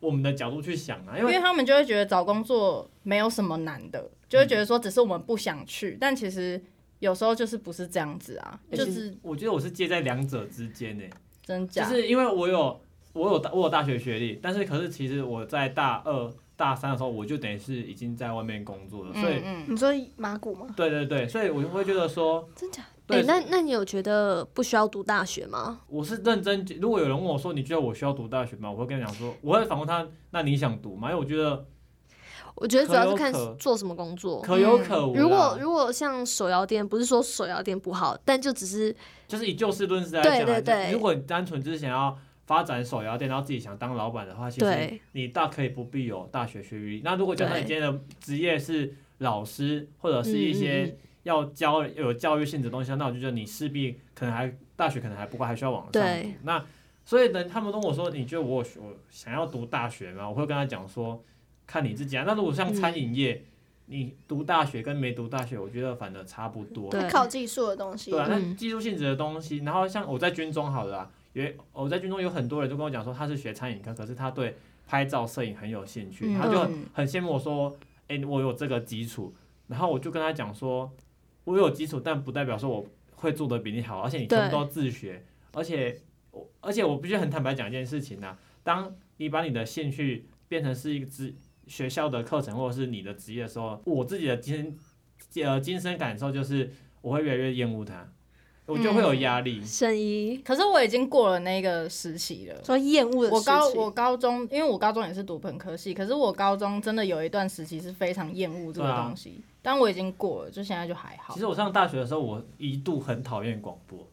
我们的角度去想啊，因因为为他们就会觉得找工作没有什么难的，就会觉得说只是我们不想去，但其实有时候就是不是这样子啊，欸就其是我觉得我是介在两者之间呢、真假就。是因为我有我有大我有大学学历，但是可是其实我在大二大三的时候，我就等于是已经在外面工作了，所以、嗯嗯，你说马古吗？对对对，所以我就会觉得说，真假？哎对，，那那你有觉得不需要读大学吗？我是认真。如果有人问我说你觉得我需要读大学吗？我会跟他讲说，我会反问他，那你想读吗？因为我觉得我觉得主要是可看有可做什么工作。可有可无嗯啦、如果如果像手摇店，不是说手摇店不好，但就只是就是以就事论事来讲对啊，对对你如果你单纯就是想要发展手摇店，然后自己想当老板的话，其实对你大可以不必有大学学历。那如果假设对你今天的职业是老师，或者是一嗯嗯些要教有教育性质的东西，啊那我就觉得你势必可能还大学可能还不够，还需要往上读对。那所以呢，他们跟我说，你觉得我有学我想要读大学吗？我会跟他讲说，看你自己啊。那如果像餐饮嗯业，你读大学跟没读大学，我觉得反而差不多。对靠技术的东西对。啊，那嗯技术性质的东西，然后像我在军中好了啊，有我在军中有很多人都跟我讲说他是学餐饮科，可是他对拍照摄影很有兴趣，嗯他就很很羡慕我说，哎、我有这个基础，然后我就跟他讲说，我有基础，但不代表说我会做的比你好，而且你全部都自学，而且我而且我必须很坦白讲一件事情呐、当你把你的兴趣变成是一个职学校的课程或者是你的职业的时候，我自己的亲呃亲身感受就是我会越来越厌恶它，我就会有压力。嗯生意，可是我已经过了那个时期了，说厌恶的我事情高我高中，因为我高中也是读本科系，可是我高中真的有一段时期是非常厌恶这个对啊东西，但我已经过了，就现在就还好其。实我上大学的时候，我一度很讨厌广播，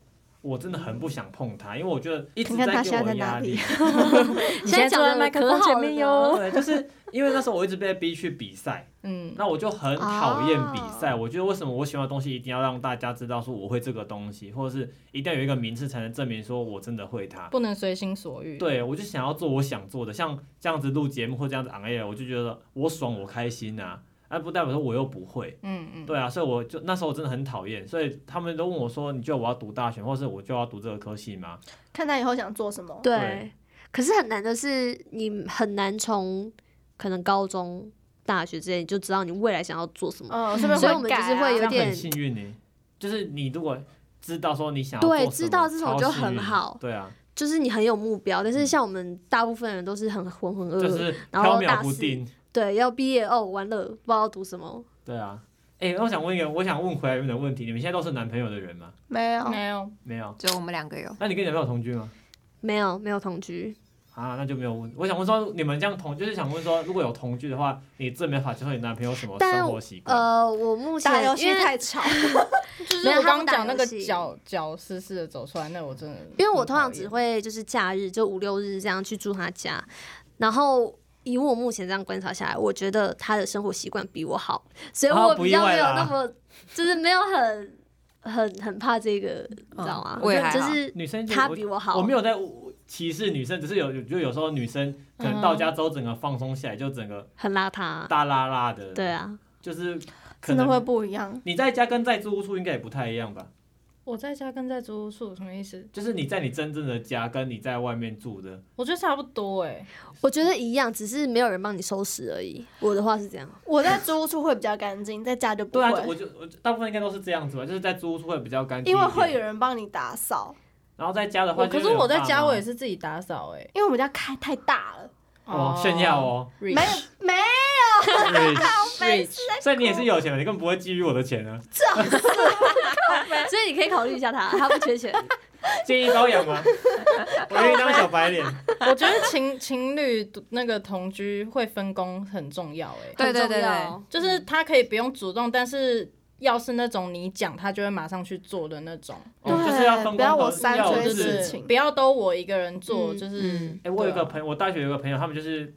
我真的很不想碰它，因为我觉得一直看看在他给现在我在哪压力里。现在坐讲在的麦克可风好前了面呢哟。对，就是因为那时候我一直被逼去比赛，嗯，那我就很讨厌比哦赛。我觉得为什么我喜欢的东西一定要让大家知道说我会这个东西，或者是一定要有一个名次才能证明说我真的会它。不能随心所欲。，对，我就想要做我想做的，像这样子录节目或这样子 on air，我就觉得我爽，我开心啊。啊，不代表说我又不会，嗯嗯，对啊，所以我就那时候我真的很讨厌，所以他们都问我说，你觉得我要读大学，或是我就要读这个科系吗？看他以后想做什么。对对，可是很难的是，你很难从可能高中、大学之类你就知道你未来想要做什么。嗯，是不是所以会我们改就是啊会这有样点很幸运呢、欸就是你如果知道说你想要对做什知道么这种超就幸很运好对啊，就是你很有目标，但是像我们大部分人都是很浑浑噩噩，嗯就是呃然后缥缈大不四定，对，要毕业哦，完了不知道读什么。对啊。哎、我想问一个，我想问回来原本的问题，你们现在都是男朋友的人吗？没有，没哦有，没有。只有我们两个有。那你跟你男朋友同居吗？没有，没有同居，啊，那就没有问。我想问说，你们这样同，就是想问说，如果有同居的话，你这没法接受你男朋友什么但生活习惯？呃，我目前打游因戏为太吵，就是没有我他刚刚们打讲那个游戏脚脚湿湿的走出来，那我真的很讨厌，因为我通常只会就是假日就五六日这样去住他家，然后以我目前这样观察下来，我觉得他的生活习惯比我好，所以哦我不比意较外没有啦那么、就是没有很很很怕这个，你知道嗯吗？我也还好就是女生就他我比我好，我没有在歧视女生，只是有有就有时候女生可能到嗯家之后整个放松下来，就整个很邋遢，大拉拉的，对，啊，就是可真的会能不一样。你在家跟在租屋处应该也不太一样吧？我在家跟在租屋处有什么意思？就是你在你真正的家跟你在外面住的，我觉得差不多哎、我觉得一样，只是没有人帮你收拾而已。我的话是这样， 我在租屋处会比较干净，在家就不对啊，会，我就我就大部分应该都是这样子吧，就是在租屋处会比较干净一因点，为会有人帮你打扫，然后在家的话我就可有是爸妈，我在家我也是自己打扫哎、因为我们家开太大了，哇炫耀哦，没没有没，rich， 所以你也是有钱的，你根本不会觊觎我的钱啊，所以你可以考虑一下他，他不 缺钱。建议包养吗？我愿意当小白脸。 我觉得情情侣那个同居会分工很重要哎、对对对啊很重对要，就是他可以不用主动，但是要是那种你讲，他就会马上去做的那种，哦对就是要分工不要合我作三要催有对就自四己请是不要都我一个人做，嗯就是嗯哎、我有一个对啊朋友，我大学有一个朋友，他们就是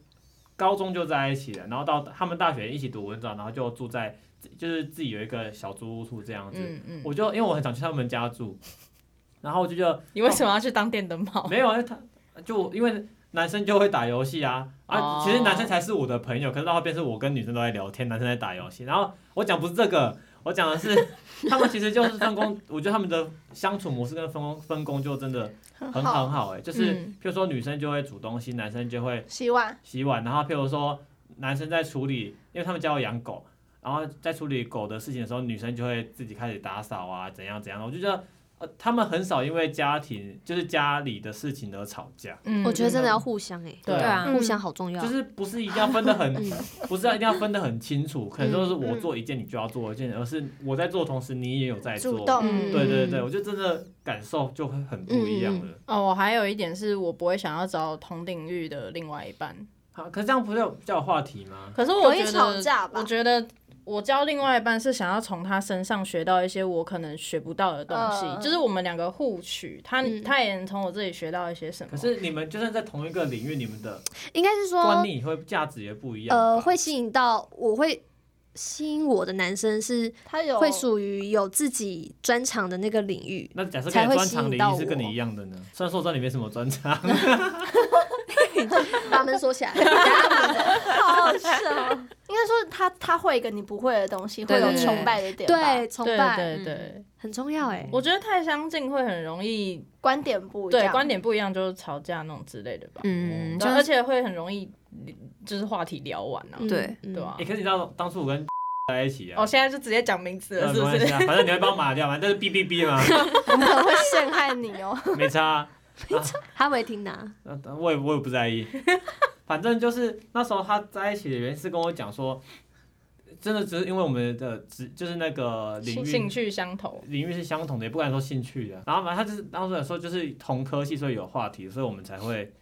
高中就在一起了，然后到他们大学一起读文藻，然后就住在就是自己有一个小租屋处这样子。嗯嗯，我就因为我很常去他们家住，然后我就觉得你为什么要去当电灯泡？没有，啊，因为他就因为男生就会打游戏啊啊，哦其实男生才是我的朋友，可是到后边是我跟女生都在聊天，男生在打游戏。然后我讲不是这个，我讲的是他们其实就是分工，我觉得他们的相处模式跟分工分工就真的很很好很好哎、就是嗯譬如说女生就会煮东西，男生就会洗碗洗碗，然后譬如说男生在处理，因为他们家有养狗，然后在处理狗的事情的时候，女生就会自己开始打扫啊，怎样怎样。我就觉得，呃，他们很少因为家庭就是家里的事情而吵架，嗯我觉得真的要互相哎、对对啊。啊，嗯互相好重要。就是不是一定要分得很，不是要一定要分得很清楚，可嗯能说是我做一件你就要做一件，而是我在做的同时你也有在做主。动，嗯嗯对对对，我觉得真的感受就会很不一样了。哦，我还有一点是我不会想要找同领域的另外一半，好，可是这样不是有比较有话题吗？可是我容觉易得吵架吧我？觉得我交另外一半是想要从他身上学到一些我可能学不到的东西，嗯就是我们两个互取，他、嗯他也能从我这里学到一些什么。可是你们就算在同一个领域，你们的应该是观说，念也会价值也不一样吧。呃，会吸引到我会吸引我的男生是他有 会属于有自己专长的那个领 域。那假设才跟会你专吸长引领到域是跟我你一样的呢？虽然说我知道你没什么专 长，把门锁 起来，好笑。应该说他他会一个你不会的东西，会对有对对崇拜的点吧，对，崇对拜对对，很重要哎。我觉得太相近会很容易，观点不一对样，观点不一样就是吵架那种之类的吧。嗯，对啊就而且会很容易，就是话题聊完啊，嗯对嗯对吧、欸，可是你知道当初 我跟在一起啊，哦，现在就直接讲名字了，呃是没不关系是？啊，反正你会帮我码掉嘛，但是哔哔哔嘛， 很会陷害你 哦。没差啊，哈维听啊拿，那那我也我也不在意，反正就是那时候他在一起的原因是跟我讲说，真的只是因为我们的只就是那个领兴域兴趣相投，领域是相同的，也不敢说兴趣的。然后反正他就是当时来说就是同科系，所以有话题，所以我们才会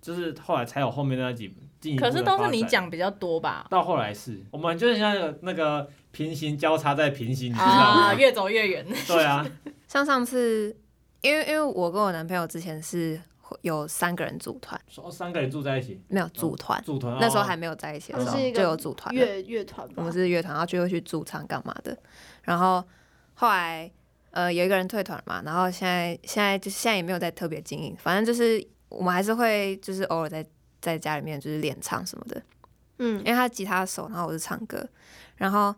就是后来才有后面那几进一步可的是都发是你展讲比较多 吧？到后来是，我们就是像那个那个啊平行交叉在平行，你知道吗？啊，越走越远。对啊，像上次因为因为我跟我男朋友之前是有三个人组团，说三个人住在一起，没有组团，组团那时候还哦没有在一起他的们时候是一就有个组团了，乐乐团吧，我们是乐团，然后就会去驻唱干嘛的。然后后来呃有一个人退团嘛，然后现在现在就现在也没有再特别经营，反正就是我们还是会就是偶尔在在家里面就是练唱什么的，嗯因为他吉他手，然后我是唱歌，然后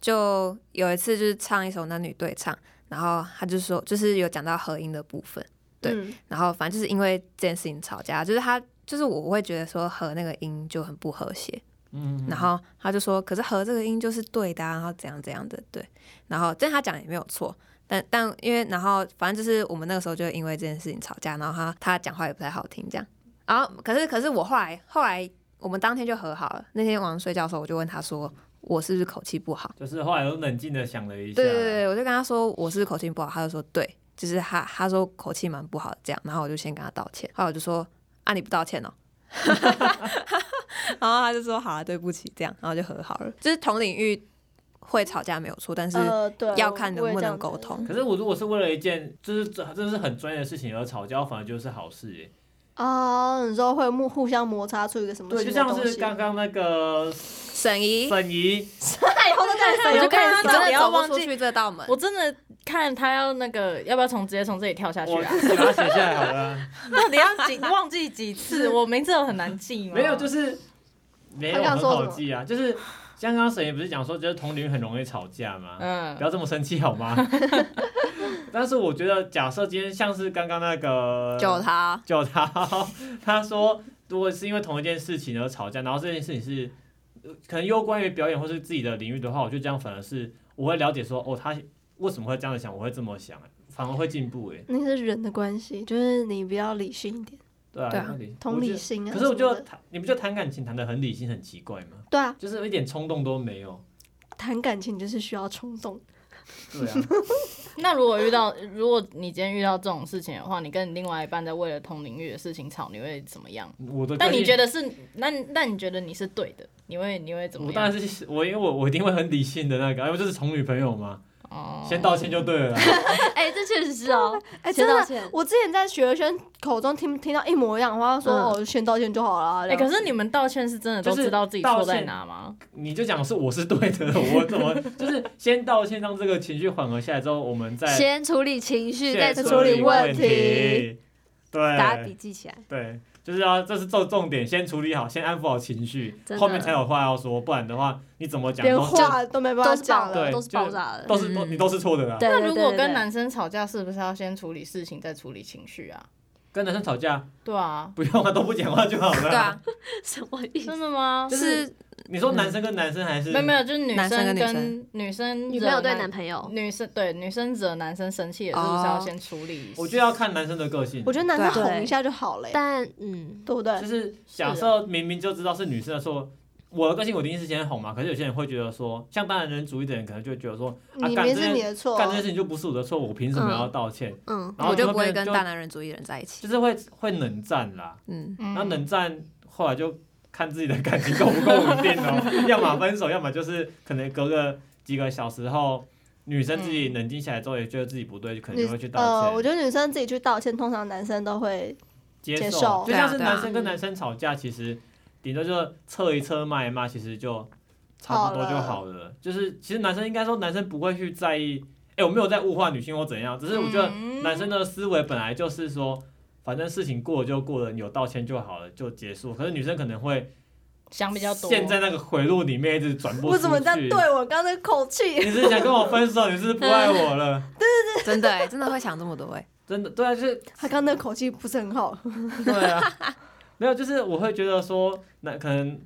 就有一次就是唱一首男女对唱，然后他就说就是有讲到合音的部分，对嗯然后反正就是因为这件事情吵架，就是他就是我会觉得说和那个音就很不和谐，嗯，嗯然后他就说，可是和这个音就是对的、啊，然后怎样怎样的，对。然后，但他讲也没有错，但但因为然后反正就是我们那个时候就因为这件事情吵架，然后他他讲话也不太好听这样。然后可是可是我后来后来我们当天就和好了。那天晚上睡觉的时候，我就问他说，我是不是口气不好？就是后来又冷静的想了一下，对对对，对我就跟他说我是不是口气不好，他就说对，就是他他说口气蛮不好的这样，然后我就先跟他道歉，后来我就说啊你不道歉哦。 然后他就说好啊，对不起，这样，然后就和好了。就是同领域会吵架没有错，但是呃，对，要看我能也不这样能沟觉得 通。可是我如果是为了一件就是这这是很专业的事情而吵架，反而就是好事耶。哦，你说会互互相摩擦出一个什么对，就新的像东是西？刚刚那个沈怡，沈怡， 那以后再带我谁？就就跟跟他他你真不的要走不忘出记去这道门。我真的看他要那个要不要从直接从这里跳下去我 啊？自己把它写下来好了。啊到底要几忘记几次？我名字有很难记吗？ 没有，就是没有他刚刚很说什好么记啊，就是像刚刚沈怡不是讲说，就是同龄很容易吵架吗？嗯不，要这么生气好吗？ 但是我觉得，假设今天像是刚刚那个就他，就他， 他说如果是因为同一件事情而吵架，然后这件事情是呃可能攸关于表演或是自己的领域的话，我觉得这样反而是我会了解说，哦，他为什么会这样子想，我会这么想，反而会进步哎，那是人的关系，就是你比较理性一点，对啊，对啊那里同理。我心觉啊得什可么的。是我就谈，你不就谈感情谈的很理性很奇怪吗？对啊，就是一点冲动都没有。谈感情就是需要冲动。对啊， 那如果遇到，如果你今天遇到这种事情的话，你跟你另外一半在为了同领域的事情吵，你会怎么样？我的。但你觉？得是，那那你觉得你是对的，你会你会怎么我样？当然是我，因为我我一定会很理性的那个，因为这是宠女朋友嘛，哦先道歉就对了 啦。啊哎，这确实是哦，哎，先真道的歉，我之前在学生口中听听到一模一样的话，说嗯哦，先道歉就好了啊。哎、这样可是你们道歉是真的都就是知道自己道错在歉哪吗？你就讲是我是对的，我怎么就是先道歉，让这个情绪缓和下来之后，我们再 先处理情绪，再再处处理理问问题。题。打笔对，记起来，对，就是要这是重重点，先处理好，先安抚好情绪真，的后面才有话要说，不然的话你怎么讲连都话都没办都法是爆讲对了。的，都是爆炸的。都是都你都是错的啦。对，那对如果对跟对男生吵架，是不是要先处理事情，再处理情绪啊？跟男生吵架对啊，不用啊，都不讲话就好对了。啊，什么意思真？的吗？ 就是你说男生跟男生还是没有没有，就是女男生生跟女跟女生女朋友惹对男朋友，女生对女生惹男生生气，也是不是要先处理？哦我觉得要看男生的个性。我觉得男生对哄一下就好了，但嗯，对不对就？是假设明明就知道是女生的时候，我的个性我一定是先哄嘛。可是有些人会觉得说，像大男人主义的人可能就会觉得说，啊，你干明这是件你的错干啊这，件事情就不是我的错，我凭什么要道歉？嗯，然后我就就不会变跟就大男人主义人在 一起。就是会会冷战啦。嗯，嗯那冷战后来就看自己的感情够不够稳定哦， 要么分手，要么就是可能隔个几个小时后，女生自嗯己冷静下来之后也觉得自己不对，可能就会去道呃，歉。我觉得女生自己去道歉，通常男生都会接接受就像是对啊男生跟男生吵架，其实顶多就测一测骂一骂，其实就差不多就好了。就是其实男生应该说男生不会去在意，哎、我没有在物化女性或怎样，只是我觉得嗯男生的思维本来就是说，反正事情过了就过了，你有道歉就好了，就结束。可是女生可能会想比较多。陷在那个回路里面一直转播为什么出这样去对我刚才口气？你是想跟我分手？你是不是不爱我了？真的欸，真的会想这么多哎。真的，对啊，就是 他刚那口气不是很好， 对啊，没有，就是我会觉得说，男可能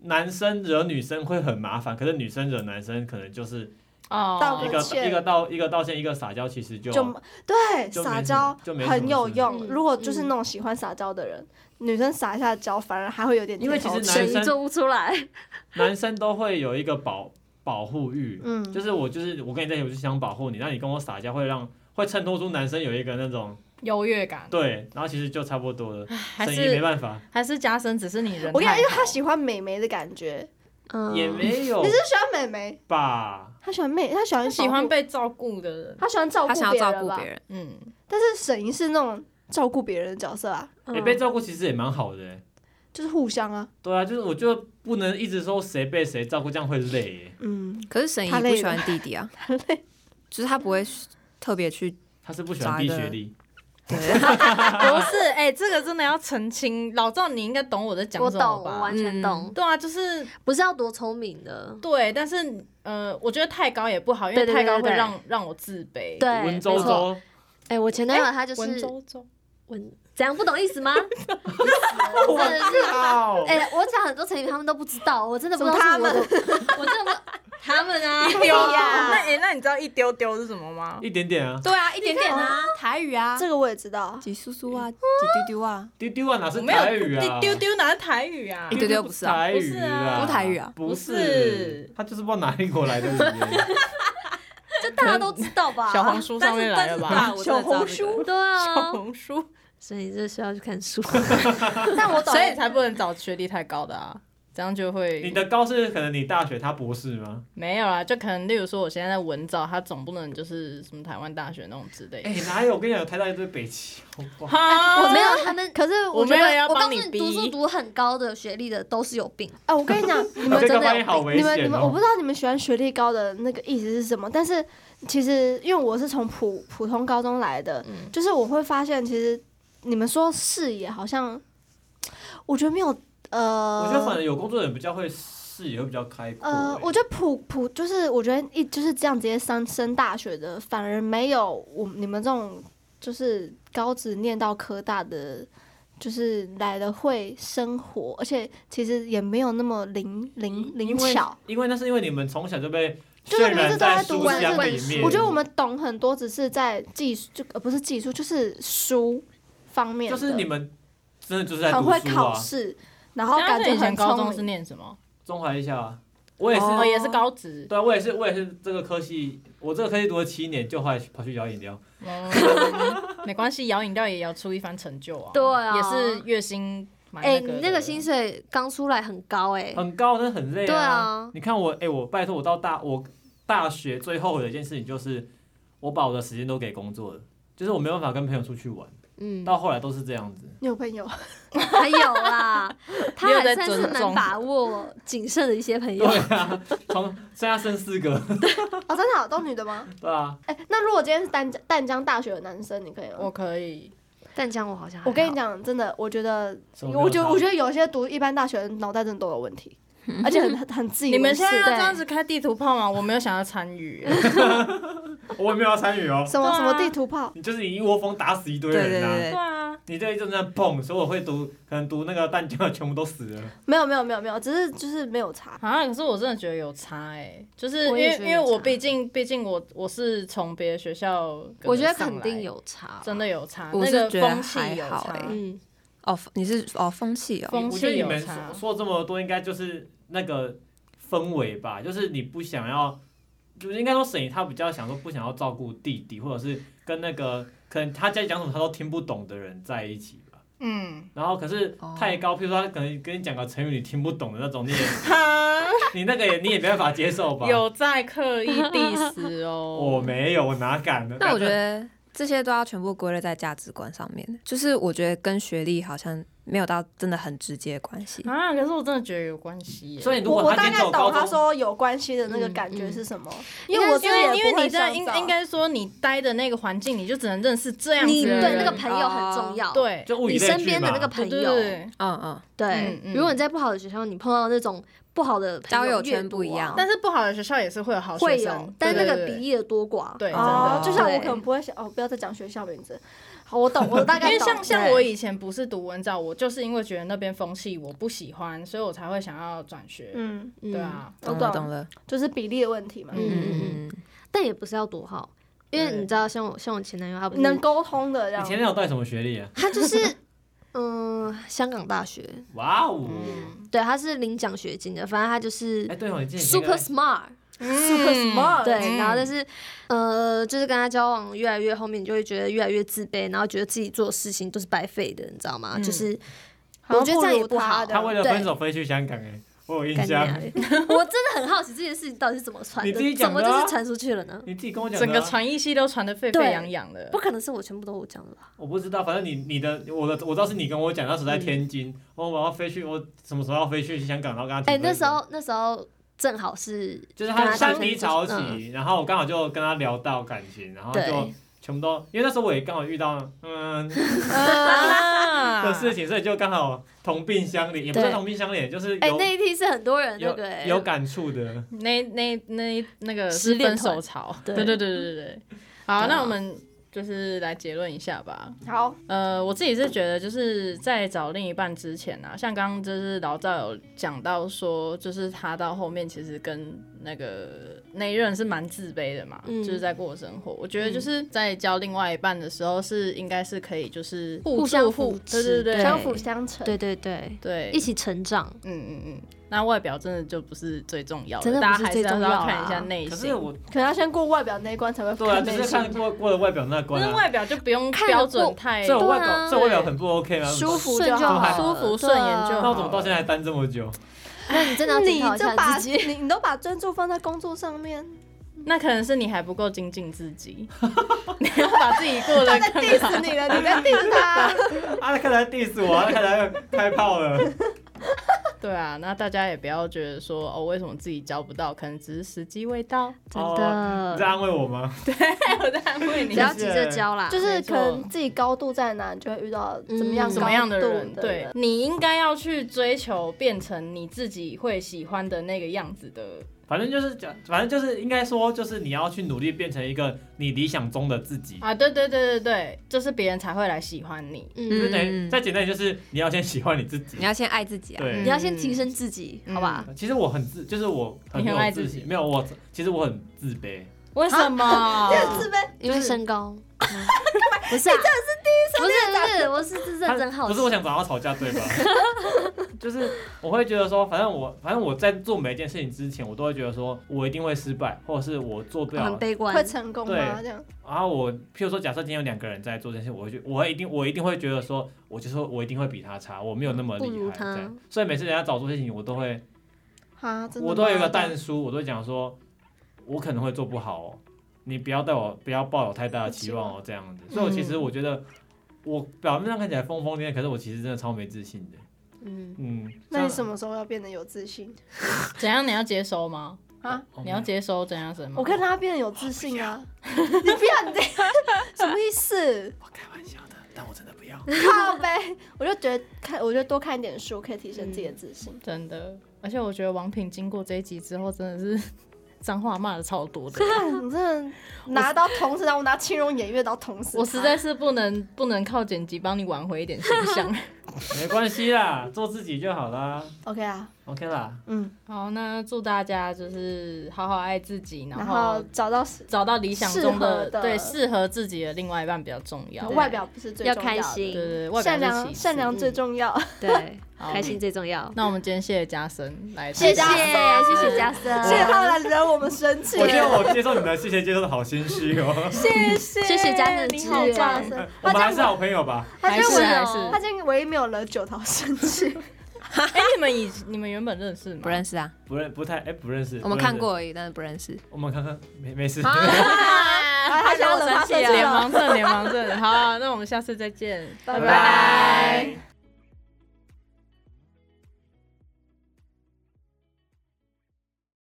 男生惹女生会很麻烦，可是女生惹男生可能就是哦，道一歉个歉一个道一个道歉，一个撒娇，其实就就对就没撒什么娇就没什么很有事用。嗯如果就是那种喜欢撒娇的人，女生撒一下娇，反而还会有点因为甜头其实吃男生生意做不出来，男生都会有一个保保护欲，嗯，就是我就是我跟你在一起，我就想保护你，那你跟我撒娇会让会衬托出男生有一个那种优越感，对，然后其实就差不多了，还沈怡没是办法，还是加深，只是你人我跟你太讲，因为他好喜欢美眉的感觉，嗯，也没有你是喜欢妹妹？吧？他喜欢妹，他喜欢很喜欢被，被照顾的人，他喜欢照顾他想别要照人顾吧别？人，嗯，但是沈怡是那种照顾别人的角色啊，嗯哎也被照顾其实也蛮好的欸。就是互相啊，对啊，就是我觉得不能一直说谁被谁照顾，这样会累欸耶。嗯，可是沈怡他累不喜欢弟弟啊，就是他不会特别去，他是不喜欢低找一个学历，对不 是，哎、这个真的要澄清，老赵你应该懂我在讲我什懂，么我吧完？全懂，对啊，就是不是要多聪明的，对，但是呃，我觉得太高也不好，因为对对太高对对会对让让我自卑。对，温州没错州哎，我前男友他就是文绉绉，文怎样不懂意思吗？真的是靠哎、我讲很多成语，他们都不知道，我真的不知道什是么我的， 我真的不他们啊，一丢哎那呀，哎、那你知道一丢丢是什么吗？一点点啊，对啊，一点点啊，台语 啊，这个我也知道，几叔叔啊，几丢丢啊，丢丢啊，哪是我没有台语啊？丢丢哪是台语啊？丢丢不是啊台语啊，不是台语啊不不是是，他就是不知道哪里过来的语言。就大家都知道吧？小红书上面来了吧？但是但是大我真的知道这个对小啊，红书，所以这需要去看 书。但我懂 所以才不能找学历太高的啊，这样就 你会的高是可能你大学，他博士吗？没有啦。就可能例如说，我现在在文藻，他总不能就是什么台湾大学那种之类的。哎，哪有？我跟你讲，台大一堆北齐，好不好？哈我没有他们，可是我我觉没得有，要我告帮诉你你，逼。读书读很高的学历的都是有病。哎，我跟你 讲，你你们这真个的发有音好危你险哦。们你们，我不知道你们喜欢学历高的那个意思是什么，但是其实因为我是从普普通高中来的，嗯就是我会发现，其实你们说视野好像，我觉得没有呃，我觉得反正有工作的人比较会视野会比较开阔欸。呃，我觉得普普就是我觉得一就是这样直接上升大学的，反而没有我你们这种就是高职念到科大的，就是来的会生活，而且其实也没有那么灵灵灵因为巧。因为那是因为你们从小就被就是渲你们染是都在书读文香字里面。我觉得我们懂很多，只是在技术就呃不是技术，就是书方面就的，是你们真的就是在很读会书考啊，试，然后那感他觉以前很高中聪是明。念什么？中华一下啊。我也是，哦，也是高职。对啊，我也是，我也是这个科系，我这个科系读了七年，就后来跑去摇饮料。嗯 没关系，摇饮料也摇出一番成就啊。对啊也是月薪蛮哎、啊个的。你那个薪水刚出来很高哎、很高，但是很累对啊你看我，哎、我拜托我到大我大学最后悔的一件事情就是，我把我的时间都给工作了，就是我没办法跟朋友出去玩，嗯，到后来都是这样子。你有朋友？还有 啦，他你有还在算是尊能重把握谨慎的一些朋对友。啊，从现在剩四个， 哦，真的、啊、都女的 吗？对啊，哎、那如果今天是淡江淡江大学的男生，你可以吗？我可以，但这样我好像还好我跟你，讲，真的，我觉得，什么都我觉得，哦差我觉得有些读一般大学的脑袋真的都有问题， 而且很很很自以为你是。们现在要对这样子开地图炮 吗？我没有想要参与、我也没有要参与哦。什么对啊什么地图炮？你就是你一窝蜂打死一堆对人对呐、对对对，啊，你这一阵阵碰，所以我会读，可能读那个淡江的全部都死了。没有没有没有没有，只是就是没有查。啊，可是我真的觉得有差哎、就是因我也为因觉得为有我差毕竟毕竟我我是从别的学校，我觉得肯定，有差，真的。有差，我那是个觉得风气还有好差，欸嗯，哦，你是哦风气哦，风我觉得气你嗯有们差说。说这么多，应该就是那个氛围吧，就是你不想要，就是应该说沈怡她比较想说不想要照顾弟弟，或者是跟那个可能他在讲什么他都听不懂的人在一起吧。嗯，然后可是哦太高，譬如说他可能跟你讲个成语你听不懂的那种，你也哈，你那个也你也没办法接受吧？有在刻意 diss 我哦。没有，我哪敢呢？那我觉得这些都要全部归类在价值观上面，就是我觉得跟学历好像没有到真的很直接的关系。 啊，可是我真的觉得有关系耶、所以如我我果大他今天概走高懂他中，说有关系的那嗯个感觉是什么，因为我因真的为也因为不你会在想应找应该说你待的那个环境，你就只能认识这样子你的对人。那个朋友很重要，，对就物以你类身聚边的嘛那个朋对友，对对嗯嗯，对嗯嗯如果你在不好的学校，你碰到那种不好的朋交友圈越多不一样啊但是不好的学校也是会有好会学有生，，但那对个对对比例的多寡，对，真哦的，，就像对我可能不会想哦，不要再讲学校名字。好，我懂，我大因概为懂。像像对我以前不是读文藻，我就是因为觉得那边风气我不喜欢，所以我才会想要转学。嗯，嗯对，啊，我懂了懂了，就是比例的问题嘛，嗯嗯嗯嗯，但也不是要多好，因为对你知道，像我像我前男友，他不是 能沟通的这你样。前男友到底什么学历啊？他就是 嗯，香港大学，哇哦！对，他是领奖学金的，反正他就是哎，对哦，你之前有一个 super smart， super 嗯 smart，对，然后但是是呃，就是跟他交往越来越后面，你就会觉得越来越自卑，然后觉得自己做的事情都是白费的，你知道吗？嗯就是好像我觉得这样也不如不好他的他为了分手飞去香港哎，我有印干象。娘嘞 我真的很好奇这件事情到底是怎么传你的，自己怎讲么的啊就是传出去了呢？你自己跟我讲的啊、整个传艺系都传的沸沸对扬扬的不。可能是我全部都我讲的吧？我不知道，反正你你的我的我知道是你跟我讲，那时候在天津，哦我我要飞去，我什么时候要飞去香港，然后跟他嗯提哎、分那时手候那时候正好是就是跟他他三当低成潮就是期，然后我刚好就跟他聊到感情，然后就嗯对全部都，因为那时候我也刚好遇到嗯的啊事情，所以就刚好同病相怜，也不对是同病相怜，就是哎、有那一批是很多人那个、哎有有感触的。那那那那个失是恋分团手潮，对对对对对对对。好，对啊那我们就是来结论一下吧。好，呃，我自己是觉得，就是在找另一半之前啊，像刚刚就是老赵有讲到说，就是他到后面其实跟那个那一任是蛮自卑的嘛，嗯就是在过生活。我觉得就是在交另外一半的时候是，应该是可以就是互助相互扶持对对对相辅相成。对对对，对一起成长，嗯嗯嗯。那外表真的就不是最重要的，真的不大是家还是最重要要啊看一下内心。可是我可能要先过外表那一关才会对啊，看只内是心看过过了外表那关就是啊，外表就不用看得标不准太所以我外对啊表所以我外表很不 OK 吗？舒服顺就好舒服对顺啊眼就那好我怎么到现在还单这么久？那你真的要检你讨一就下把自己。你你都把专注放在工作上 面，那可能是你还不够精进自己， 你要把自己过得他在更 diss 好。你了，你在 diss 他。 啊，他开始在 diss 我，他开始在开炮了。对啊，那大家也不要觉得说哦，为什么自己交不到，可能只是时机未 到。真哦的你在安慰我吗？我在安慰你不要急着交啦，就没是错可能自己高度在哪，你就会遇到怎么样嗯什么样的高度人？对，哦你应该要去追求变成你自己会喜欢的那个样子的。反正就是讲，反正就是应该说，就是你要去努力变成一个你理想中的自己。啊，对对对对对，就是别人才会来喜欢你。就嗯，是等于再简单，就是你要先喜欢你自 己你。要先爱自己啊。对，你要先提升自己，好吧？其实我很自，就是我很你很爱有自己信，没有我，其实我很自卑。为啊什 么？自卑因为身 高，嗯不是啊，不是不是，我是是认真他好不奇是，我想找他吵架， 对吧？就是我会觉得说，反正我，反正我在做每一件事情之前，我都会觉得说我一定会失败，或者是我做不很了。悲观会，成功吗？对这样然后我，譬如说，假设今天有两个人在做这件事，我会觉，我会一定，我一定会觉得说，我就说我一定会比他差，我没有那么厉不如害，他这样。所以每次人家找做事情，我都会啊，真的吗我都有一个淡书，我都会讲说，我可能会做不好哦，你不要对我不要抱有太大的期望哦，这样子。所以，我嗯其实我觉得，我表面上看起来疯疯癫癫，可是我其实真的超没自信的。嗯，嗯，那你像什么时候要变得有自信 怎样？你要接收吗？啊？哦你要接收怎样什么？我看他变得有自信啊！ 你不要你这样，什么意思？ 我开玩笑的，但我真的不要。靠呗！我就觉得看，我就多看一点书，可以提升自己的自信。真的，而且我觉得王品经过这一集之后，真的是 脏话骂的超多的，看，你真的拿刀捅死他，我拿青龙偃月刀捅死他我实在是不能不能靠剪辑帮你挽回一点形象。没关系啦，做自己就好啦 OK 啊， ，OK 啦。嗯，好，那祝大家就是好好爱自己，然然后后找到找到理想中适的合的对适合自己的另外一半比较重要。外表不是最要重要的开对心对对，外表善是良其次善良最重要。对，好开心最重要。那我们今天谢谢嘉生来，谢谢嘉谢谢嘉森，谢谢他来惹我们生气，我觉得我接受你的谢谢，接受的好心虚 哦。谢谢谢谢嘉诚的你支好援棒森哎我他们还这是样好朋友吧？他还这样是唯还我他是。这样唯一没有惹九桃生气。哎，你们以你们原本认识吗？不认识啊，不认不太哎，不认识。我不们认识看，过而已，但是不认识。我们看看没没事。啊他想要惹他生气脸了，啊盲症，脸盲症。好，那我们下次再见，拜拜。